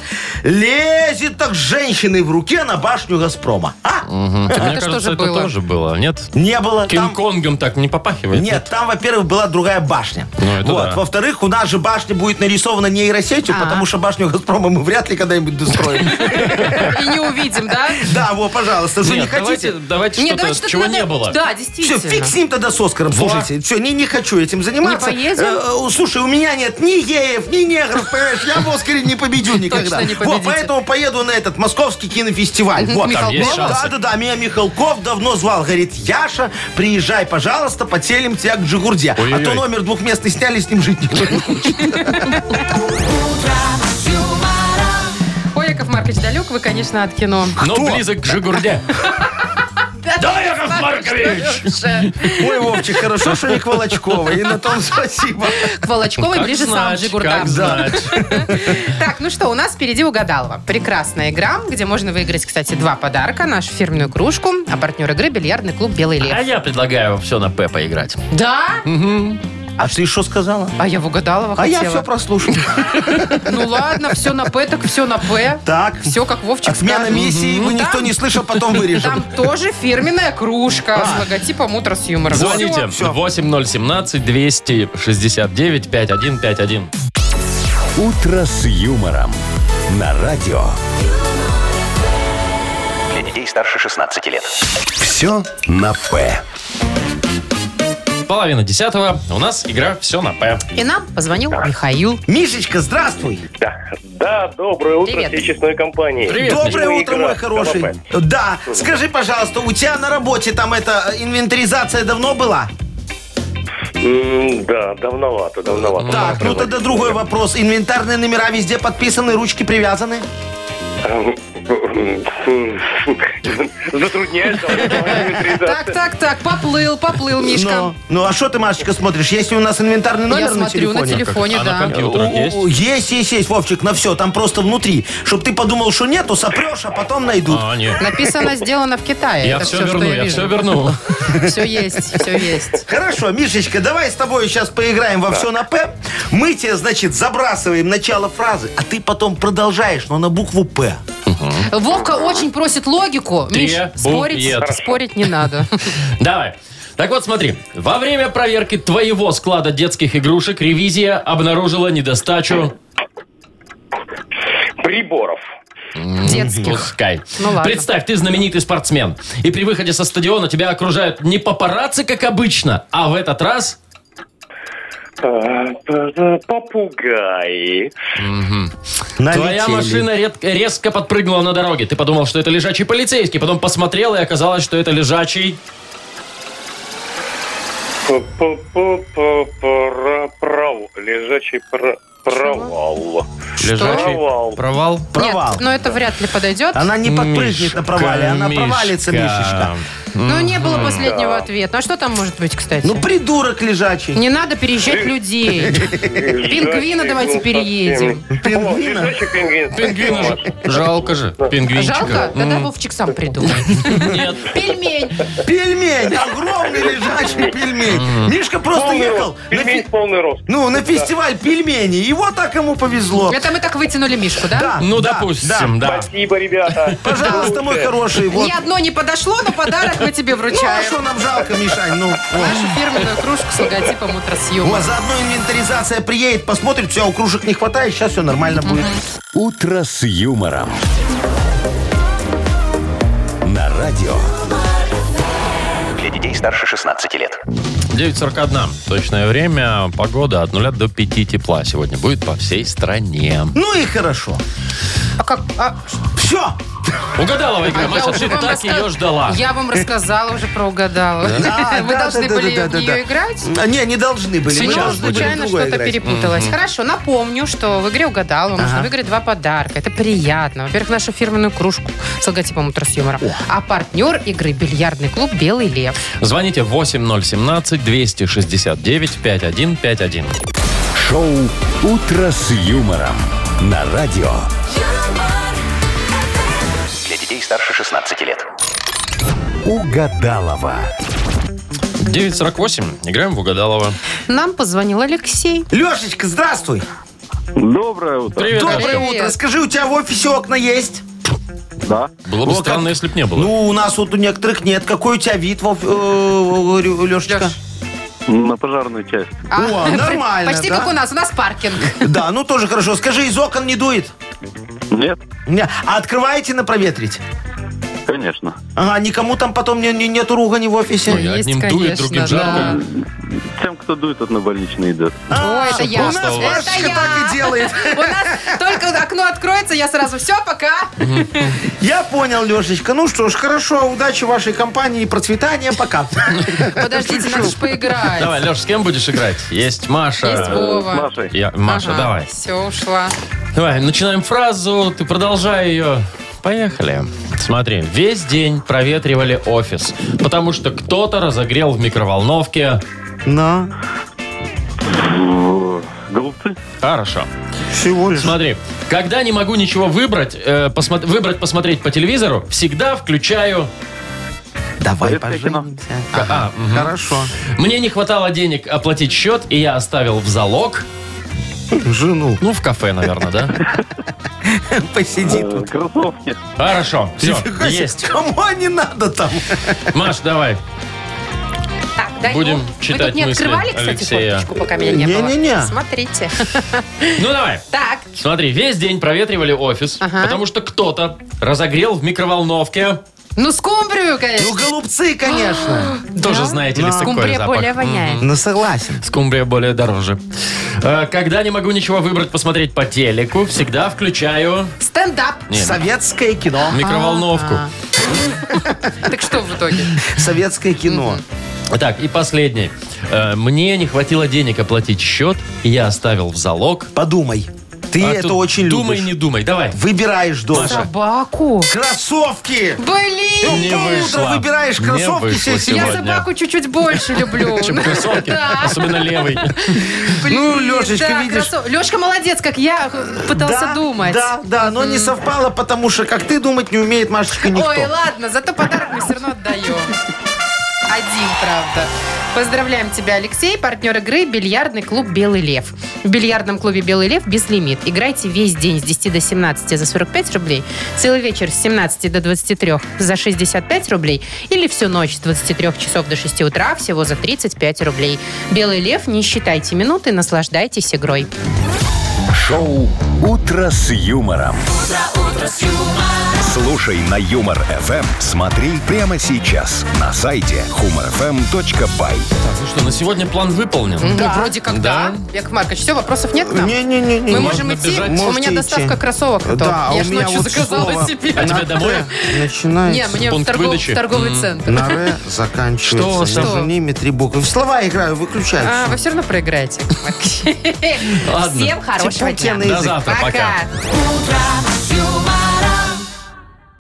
[SPEAKER 2] лезет так с женщиной в руке на башню Газпрома. А?
[SPEAKER 3] Мне
[SPEAKER 1] что
[SPEAKER 3] кажется,
[SPEAKER 1] же
[SPEAKER 3] это
[SPEAKER 1] было?
[SPEAKER 3] тоже было. Нет?
[SPEAKER 2] Не было там...
[SPEAKER 3] Кинг-Конгом так не попахивает.
[SPEAKER 2] Нет, там, во-первых, была другая башня.
[SPEAKER 3] Ну, это
[SPEAKER 2] вот.
[SPEAKER 3] да.
[SPEAKER 2] Во-вторых, у нас же башня будет нарисована нейросетью,
[SPEAKER 1] А.
[SPEAKER 2] потому что башню Газпрома мы вряд ли когда-нибудь достроим.
[SPEAKER 1] И не увидим, да?
[SPEAKER 2] Да, вот, пожалуйста, вы не
[SPEAKER 3] Нет, давайте,
[SPEAKER 2] хотите?
[SPEAKER 3] давайте
[SPEAKER 1] Нет,
[SPEAKER 3] что-то,
[SPEAKER 1] давайте что-то
[SPEAKER 3] чего
[SPEAKER 1] надо-
[SPEAKER 3] не было.
[SPEAKER 1] Да,
[SPEAKER 2] Все,
[SPEAKER 1] действительно.
[SPEAKER 2] фиг с ним тогда с Оскаром, слушайте. Все, не, не хочу этим заниматься.
[SPEAKER 1] Не поедем?
[SPEAKER 2] Э, э, слушай, у меня нет ни геев, ни негров, понимаешь? Я в Оскаре не победю никогда.
[SPEAKER 1] Точно не
[SPEAKER 2] Вот,
[SPEAKER 1] победите.
[SPEAKER 2] поэтому поеду на этот московский кинофестиваль. Вот.
[SPEAKER 3] Там есть шансы.
[SPEAKER 2] Да, да, да, меня Михалков давно звал. Говорит, Яша, приезжай, пожалуйста, поселим тебя к Джигурде. А
[SPEAKER 3] Ой-ой-ой.
[SPEAKER 2] то номер двухместный сняли, с ним жить никто не хочет.
[SPEAKER 1] Ой, Яков Маркович, далек вы, конечно, от кино.
[SPEAKER 3] Но близок к Жигурде. Да, Яков Маркович!
[SPEAKER 1] Леша.
[SPEAKER 2] Ой, Вовчик, хорошо, что не Квалачкова. И на том спасибо.
[SPEAKER 1] К Волочковой
[SPEAKER 3] Как
[SPEAKER 1] ближе сам
[SPEAKER 3] знать,
[SPEAKER 1] Жигурда.
[SPEAKER 3] как знать.
[SPEAKER 1] Так, ну что, у нас впереди угадалова. Прекрасная игра, где можно выиграть, кстати, два подарка. Нашу фирменную а кружку, а партнер игры – бильярдный клуб «Белый лев».
[SPEAKER 3] А я предлагаю все на П поиграть.
[SPEAKER 1] Да?
[SPEAKER 2] А ты что сказала?
[SPEAKER 1] А я в угадалово
[SPEAKER 2] А
[SPEAKER 1] хотела.
[SPEAKER 2] я все прослушал.
[SPEAKER 1] Ну ладно, все на П, так все на П.
[SPEAKER 2] Так.
[SPEAKER 1] Все как Вовчик
[SPEAKER 2] Отмена
[SPEAKER 1] скажет.
[SPEAKER 3] ну,
[SPEAKER 2] миссии,
[SPEAKER 1] Мгм.
[SPEAKER 2] его никто
[SPEAKER 1] Там-
[SPEAKER 2] не слышал, потом
[SPEAKER 1] Там
[SPEAKER 2] вырежем.
[SPEAKER 1] тоже фирменная кружка с логотипом «Утро с юмором».
[SPEAKER 3] А. Звоните
[SPEAKER 2] Всё.
[SPEAKER 3] 8017-269-5151.
[SPEAKER 4] «Утро с юмором» на радио.
[SPEAKER 5] Для детей старше 16 лет.
[SPEAKER 4] Все на «П».
[SPEAKER 3] Половина десятого. У нас игра «Все на П».
[SPEAKER 1] И нам позвонил Михаил.
[SPEAKER 2] Мишечка, здравствуй.
[SPEAKER 8] Да, доброе утро
[SPEAKER 1] Привет.
[SPEAKER 8] всей честной компании.
[SPEAKER 3] Привет,
[SPEAKER 2] Доброе
[SPEAKER 8] Мишка.
[SPEAKER 2] утро, мой
[SPEAKER 8] Игра.
[SPEAKER 2] хороший.
[SPEAKER 8] Давай.
[SPEAKER 2] Да, скажи, пожалуйста, у тебя на работе там эта э, инвентаризация давно была?
[SPEAKER 8] М, да, давновато, давновато.
[SPEAKER 2] Так, ну тогда другой вопрос. Инвентарные номера везде подписаны, ручки привязаны?
[SPEAKER 8] Затрудняюсь,
[SPEAKER 1] Так, так, так, поплыл, поплыл, Мишка.
[SPEAKER 2] Ну, ну, а что ты, Машечка, смотришь? Есть ли у нас инвентарный номер
[SPEAKER 1] Я
[SPEAKER 2] на
[SPEAKER 1] смотрю на
[SPEAKER 2] телефоне?
[SPEAKER 1] телефоне,
[SPEAKER 3] А на
[SPEAKER 1] да.
[SPEAKER 3] компьютере? Компьютер
[SPEAKER 2] О, о,
[SPEAKER 3] есть?
[SPEAKER 2] о, Есть, есть, есть, Вовчик, на все, там просто внутри. Чтоб ты подумал, что нету, сопрешь, а потом найдут.
[SPEAKER 3] А, нет.
[SPEAKER 1] Написано, сделано в Китае.
[SPEAKER 3] Я
[SPEAKER 1] Это
[SPEAKER 3] все
[SPEAKER 1] всё, что
[SPEAKER 3] верну, я
[SPEAKER 1] вижу.
[SPEAKER 3] все верну.
[SPEAKER 1] Все есть, все есть.
[SPEAKER 2] Хорошо, Мишечка, давай с тобой сейчас поиграем во все на П. Мы тебе, значит, забрасываем начало фразы, а ты потом продолжаешь, но на букву П.
[SPEAKER 1] Вовка очень просит логику. Миш,
[SPEAKER 3] Требует.
[SPEAKER 1] спорить, спорить не надо.
[SPEAKER 3] Давай. Так вот, смотри. Во время проверки твоего склада детских игрушек ревизия обнаружила недостачу...
[SPEAKER 8] Приборов.
[SPEAKER 1] Детских.
[SPEAKER 3] Пускай.
[SPEAKER 1] Ну ладно.
[SPEAKER 3] Представь, ты знаменитый спортсмен. И при выходе со стадиона тебя окружают не папарацци, как обычно, а в этот раз...
[SPEAKER 8] Э, э, Попугаи.
[SPEAKER 3] Твоя
[SPEAKER 2] Налетели.
[SPEAKER 3] машина ред- резко подпрыгнула на дороге. Ты подумал, что это лежачий полицейский. Потом посмотрел, и оказалось, что это лежачий...
[SPEAKER 8] Провал. Лежачий пр- провал. Провал.
[SPEAKER 3] Провал.
[SPEAKER 2] Провал.
[SPEAKER 1] Нет, но это вряд ли подойдет.
[SPEAKER 2] Она не подпрыгнет на провале, она
[SPEAKER 3] ну, Мишка,
[SPEAKER 2] провалится, Мишечка.
[SPEAKER 1] Ну, не было последнего ответа. А что там может быть, кстати?
[SPEAKER 2] Ну, придурок лежачий.
[SPEAKER 1] Не надо переезжать людей. Пингвина
[SPEAKER 8] Лежачий
[SPEAKER 1] давайте
[SPEAKER 8] был
[SPEAKER 1] переедем.
[SPEAKER 8] совсем. О,
[SPEAKER 2] Пингвина?
[SPEAKER 8] лежачий пингвин.
[SPEAKER 3] Пингвина же. Жалко же. Пингвинчика.
[SPEAKER 1] Жалко? Тогда Вовчик сам придумает.
[SPEAKER 3] Нет.
[SPEAKER 1] Пельмень.
[SPEAKER 2] Пельмень! Огромный лежачий пельмень. Мишка просто
[SPEAKER 8] Полный
[SPEAKER 2] ехал.
[SPEAKER 8] рост.
[SPEAKER 2] на
[SPEAKER 8] Пельмень
[SPEAKER 2] фи-
[SPEAKER 8] полный рост.
[SPEAKER 2] Ну, на фестиваль пельменей. И вот так ему повезло.
[SPEAKER 1] Это мы так вытянули Мишку, да?
[SPEAKER 2] Да,
[SPEAKER 3] Ну,
[SPEAKER 2] да,
[SPEAKER 3] допустим, да.
[SPEAKER 8] Спасибо, ребята.
[SPEAKER 2] да. Пожалуйста, мой хороший. Вот.
[SPEAKER 1] Ни одно не подошло, но подарок мы тебе
[SPEAKER 2] Ну, а
[SPEAKER 1] вручаем.
[SPEAKER 2] что нам жалко, Мишань? Ну, вот.
[SPEAKER 1] Нашу фирменную кружку с логотипом «Утро с юмором».
[SPEAKER 2] Вот, заодно инвентаризация приедет, посмотрит, все, у кружек не хватает, сейчас все нормально будет.
[SPEAKER 4] «Утро с юмором». На радио.
[SPEAKER 5] Для детей старше 16 лет.
[SPEAKER 3] 9.41. Точное время. Погода от 0 до 5 тепла сегодня будет по всей стране.
[SPEAKER 2] Ну и хорошо.
[SPEAKER 1] А как? а,
[SPEAKER 2] Все.
[SPEAKER 3] Угадала
[SPEAKER 1] а
[SPEAKER 3] игра,
[SPEAKER 1] я
[SPEAKER 3] Маша,
[SPEAKER 1] уже
[SPEAKER 3] ты
[SPEAKER 1] вам
[SPEAKER 3] так
[SPEAKER 1] раска-
[SPEAKER 3] ее ждала.
[SPEAKER 1] Я вам рассказала уже про угадала.
[SPEAKER 2] Да, А,
[SPEAKER 1] Вы
[SPEAKER 2] да,
[SPEAKER 1] должны
[SPEAKER 2] да,
[SPEAKER 1] были
[SPEAKER 2] да, да,
[SPEAKER 1] в
[SPEAKER 2] да, да.
[SPEAKER 1] нее играть.
[SPEAKER 2] А, Не, не должны были. Мы
[SPEAKER 3] Сейчас будем.
[SPEAKER 1] Ну,
[SPEAKER 2] должны были в
[SPEAKER 1] случайно
[SPEAKER 2] другое
[SPEAKER 1] что-то
[SPEAKER 2] играть.
[SPEAKER 1] перепуталось. Хорошо, напомню, что в игре угадал. Вам нужно выиграть два подарка. Это приятно. Во-первых, нашу фирменную кружку с логотипом «Утро с юмором». А партнер игры – бильярдный клуб «Белый лев».
[SPEAKER 3] Звоните 8017-269-5151.
[SPEAKER 4] Шоу «Утро с юмором» на радио.
[SPEAKER 5] Для детей старше 16 лет.
[SPEAKER 4] Угадалова.
[SPEAKER 3] 9.48. Играем в Угадалова.
[SPEAKER 1] Нам позвонил Алексей.
[SPEAKER 2] Лешечка, здравствуй.
[SPEAKER 6] Доброе утро.
[SPEAKER 3] Привет.
[SPEAKER 2] Доброе
[SPEAKER 1] Привет.
[SPEAKER 2] утро. Скажи, у тебя в офисе окна есть?
[SPEAKER 6] Да.
[SPEAKER 3] Было бы
[SPEAKER 2] О, как-
[SPEAKER 3] странно, если б не было.
[SPEAKER 2] Ну, у нас вот у некоторых нет. Какой у тебя вид, Вов- э, говорю, Лешечка?
[SPEAKER 1] Лёш.
[SPEAKER 6] На пожарную часть.
[SPEAKER 1] А,
[SPEAKER 2] О, нормально,
[SPEAKER 1] Почти
[SPEAKER 2] да?
[SPEAKER 1] как у нас. У нас паркинг.
[SPEAKER 2] Да, ну тоже хорошо. Скажи, из окон не дует?
[SPEAKER 6] Нет?
[SPEAKER 2] Не. А открываете на проветрить?
[SPEAKER 6] Конечно.
[SPEAKER 2] Ага, никому там потом не, не- нету ругани в офисе.
[SPEAKER 3] Ну, я одним
[SPEAKER 1] Есть,
[SPEAKER 3] дует,
[SPEAKER 1] конечно,
[SPEAKER 3] другим жарко.
[SPEAKER 1] да.
[SPEAKER 6] Тем, кто дует, на больничный идет.
[SPEAKER 2] А,
[SPEAKER 1] О, это я.
[SPEAKER 2] У нас
[SPEAKER 3] у вас.
[SPEAKER 1] Это
[SPEAKER 2] Машечка так и
[SPEAKER 1] я.
[SPEAKER 2] делает.
[SPEAKER 1] У нас только окно откроется, я сразу все, пока.
[SPEAKER 2] Я понял, Лешечка. Ну что ж, хорошо, удачи вашей компании, процветания, пока.
[SPEAKER 1] Подождите, надо же поиграть.
[SPEAKER 3] Давай, Леш, с кем будешь играть? Есть Маша.
[SPEAKER 1] Есть Вова.
[SPEAKER 6] Машей.
[SPEAKER 3] Я- Маша, давай.
[SPEAKER 1] Все, ушла.
[SPEAKER 3] Давай, начинаем фразу, ты продолжай ее. Поехали. Смотри, весь день проветривали офис, потому что кто-то разогрел в микроволновке.
[SPEAKER 2] На,
[SPEAKER 6] Голубцы?
[SPEAKER 3] Хорошо.
[SPEAKER 2] всего лишь.
[SPEAKER 3] Смотри, когда не могу ничего выбрать, э, посмо- выбрать посмотреть по телевизору, всегда включаю
[SPEAKER 2] Давай
[SPEAKER 6] Это кино.
[SPEAKER 2] поженимся.
[SPEAKER 3] А, мгм.
[SPEAKER 2] Хорошо.
[SPEAKER 3] Мне не хватало денег оплатить счет, и я оставил в залог.
[SPEAKER 2] Жену.
[SPEAKER 3] Ну, в кафе, наверное, да?
[SPEAKER 2] Посиди тут.
[SPEAKER 6] Э, Кроссовки.
[SPEAKER 3] Хорошо, все,
[SPEAKER 2] Нифига себе,
[SPEAKER 3] есть.
[SPEAKER 2] Кому не надо там?
[SPEAKER 3] Маш, давай.
[SPEAKER 1] Так, дай
[SPEAKER 3] Будем
[SPEAKER 1] бог. Вы
[SPEAKER 3] читать
[SPEAKER 1] тут не
[SPEAKER 3] мысли
[SPEAKER 1] открывали, кстати,
[SPEAKER 3] Алексея.
[SPEAKER 1] фоточку, пока меня не было?
[SPEAKER 2] Не-не-не.
[SPEAKER 1] Смотрите.
[SPEAKER 3] Ну, давай.
[SPEAKER 1] Так,
[SPEAKER 3] Смотри, весь день проветривали офис,
[SPEAKER 1] Ага.
[SPEAKER 3] потому что кто-то разогрел в микроволновке.
[SPEAKER 1] ну скумбрию,
[SPEAKER 2] Ну,
[SPEAKER 1] конечно.
[SPEAKER 2] голубцы, конечно.
[SPEAKER 3] Тоже знаете ли,
[SPEAKER 2] Да.
[SPEAKER 3] такой
[SPEAKER 1] Скумбрия
[SPEAKER 3] запах.
[SPEAKER 1] более воняет.
[SPEAKER 2] Ну, согласен.
[SPEAKER 3] Скумбрия более дороже. Э, Когда не могу ничего выбрать, посмотреть по телеку, всегда включаю
[SPEAKER 1] Стендап.
[SPEAKER 3] Не. ну.
[SPEAKER 2] Советское
[SPEAKER 1] А.
[SPEAKER 2] кино.
[SPEAKER 3] микроволновку.
[SPEAKER 1] Так что в итоге?
[SPEAKER 2] Советское кино.
[SPEAKER 3] Так, и последний. Э, Мне не хватило денег оплатить счет, и я оставил в залог.
[SPEAKER 2] Подумай. Ты
[SPEAKER 3] А
[SPEAKER 2] это
[SPEAKER 3] тут
[SPEAKER 2] очень
[SPEAKER 3] Думай,
[SPEAKER 2] любишь.
[SPEAKER 3] не думай, давай.
[SPEAKER 2] Выбираешь дочь.
[SPEAKER 1] Собаку.
[SPEAKER 2] Кроссовки!
[SPEAKER 1] Блин.
[SPEAKER 3] Не
[SPEAKER 2] Ты
[SPEAKER 3] вышло.
[SPEAKER 2] утро выбираешь
[SPEAKER 3] Не
[SPEAKER 2] кроссовки
[SPEAKER 3] вышло
[SPEAKER 2] себе
[SPEAKER 1] Я
[SPEAKER 3] сегодня.
[SPEAKER 1] собаку чуть-чуть больше люблю.
[SPEAKER 3] Чем кроссовки,
[SPEAKER 1] Да.
[SPEAKER 3] особенно левый.
[SPEAKER 2] Ну, Лешечка, видишь.
[SPEAKER 1] Лешка молодец, как я э, пытался думать.
[SPEAKER 2] Да, да, но не совпало, потому что как ты думать не умеет Машечка никто.
[SPEAKER 1] Ой, ладно, зато подарок мы все равно отдаем. Один, правда. Поздравляем тебя, Алексей, партнер игры «Бильярдный клуб «Белый лев». В бильярдном клубе «Белый лев» безлимит. Играйте весь день с 10 до 17 за 45 рублей, целый вечер с 17 до 23 за 65 рублей или всю ночь с 23 часов до 6 утра всего за 35 рублей. «Белый лев», не считайте минуты, наслаждайтесь игрой.
[SPEAKER 4] Шоу «Утро с юмором». Слушай на Юмор ФМ, смотри прямо сейчас на сайте humorfm.by.
[SPEAKER 3] Так, ну что, на сегодня план выполнен.
[SPEAKER 1] Ну, вроде как да.
[SPEAKER 3] Да.
[SPEAKER 1] Яков Маркович, все, вопросов нет к нам?
[SPEAKER 2] Не-не-не-не.
[SPEAKER 1] Мы
[SPEAKER 3] Можно
[SPEAKER 1] можем идти.
[SPEAKER 3] бежать.
[SPEAKER 1] У меня
[SPEAKER 2] Можете
[SPEAKER 1] доставка
[SPEAKER 2] идти.
[SPEAKER 1] кроссовок. готова.
[SPEAKER 2] Да, а
[SPEAKER 1] я
[SPEAKER 2] у
[SPEAKER 1] ж
[SPEAKER 2] меня
[SPEAKER 1] ночью
[SPEAKER 2] вот
[SPEAKER 1] заказала
[SPEAKER 2] слово.
[SPEAKER 1] себе.
[SPEAKER 3] А тебе домой?
[SPEAKER 1] Не,
[SPEAKER 2] Начинается.
[SPEAKER 1] мне в
[SPEAKER 3] Пункт
[SPEAKER 1] торгов-
[SPEAKER 3] выдачи?
[SPEAKER 1] в торговый центр.
[SPEAKER 2] На «Р» заканчивается.
[SPEAKER 3] Что у вас
[SPEAKER 2] Между
[SPEAKER 1] там?
[SPEAKER 2] ними три буквы. В слова играю, выключай.
[SPEAKER 1] А, вы все равно проиграете. Яков Маркович.
[SPEAKER 3] Ладно.
[SPEAKER 1] Всем хорошего
[SPEAKER 2] Типун тебе
[SPEAKER 1] дня.
[SPEAKER 2] Типа на
[SPEAKER 3] До
[SPEAKER 2] язык.
[SPEAKER 3] завтра, пока.
[SPEAKER 1] Пока.
[SPEAKER 9] Утро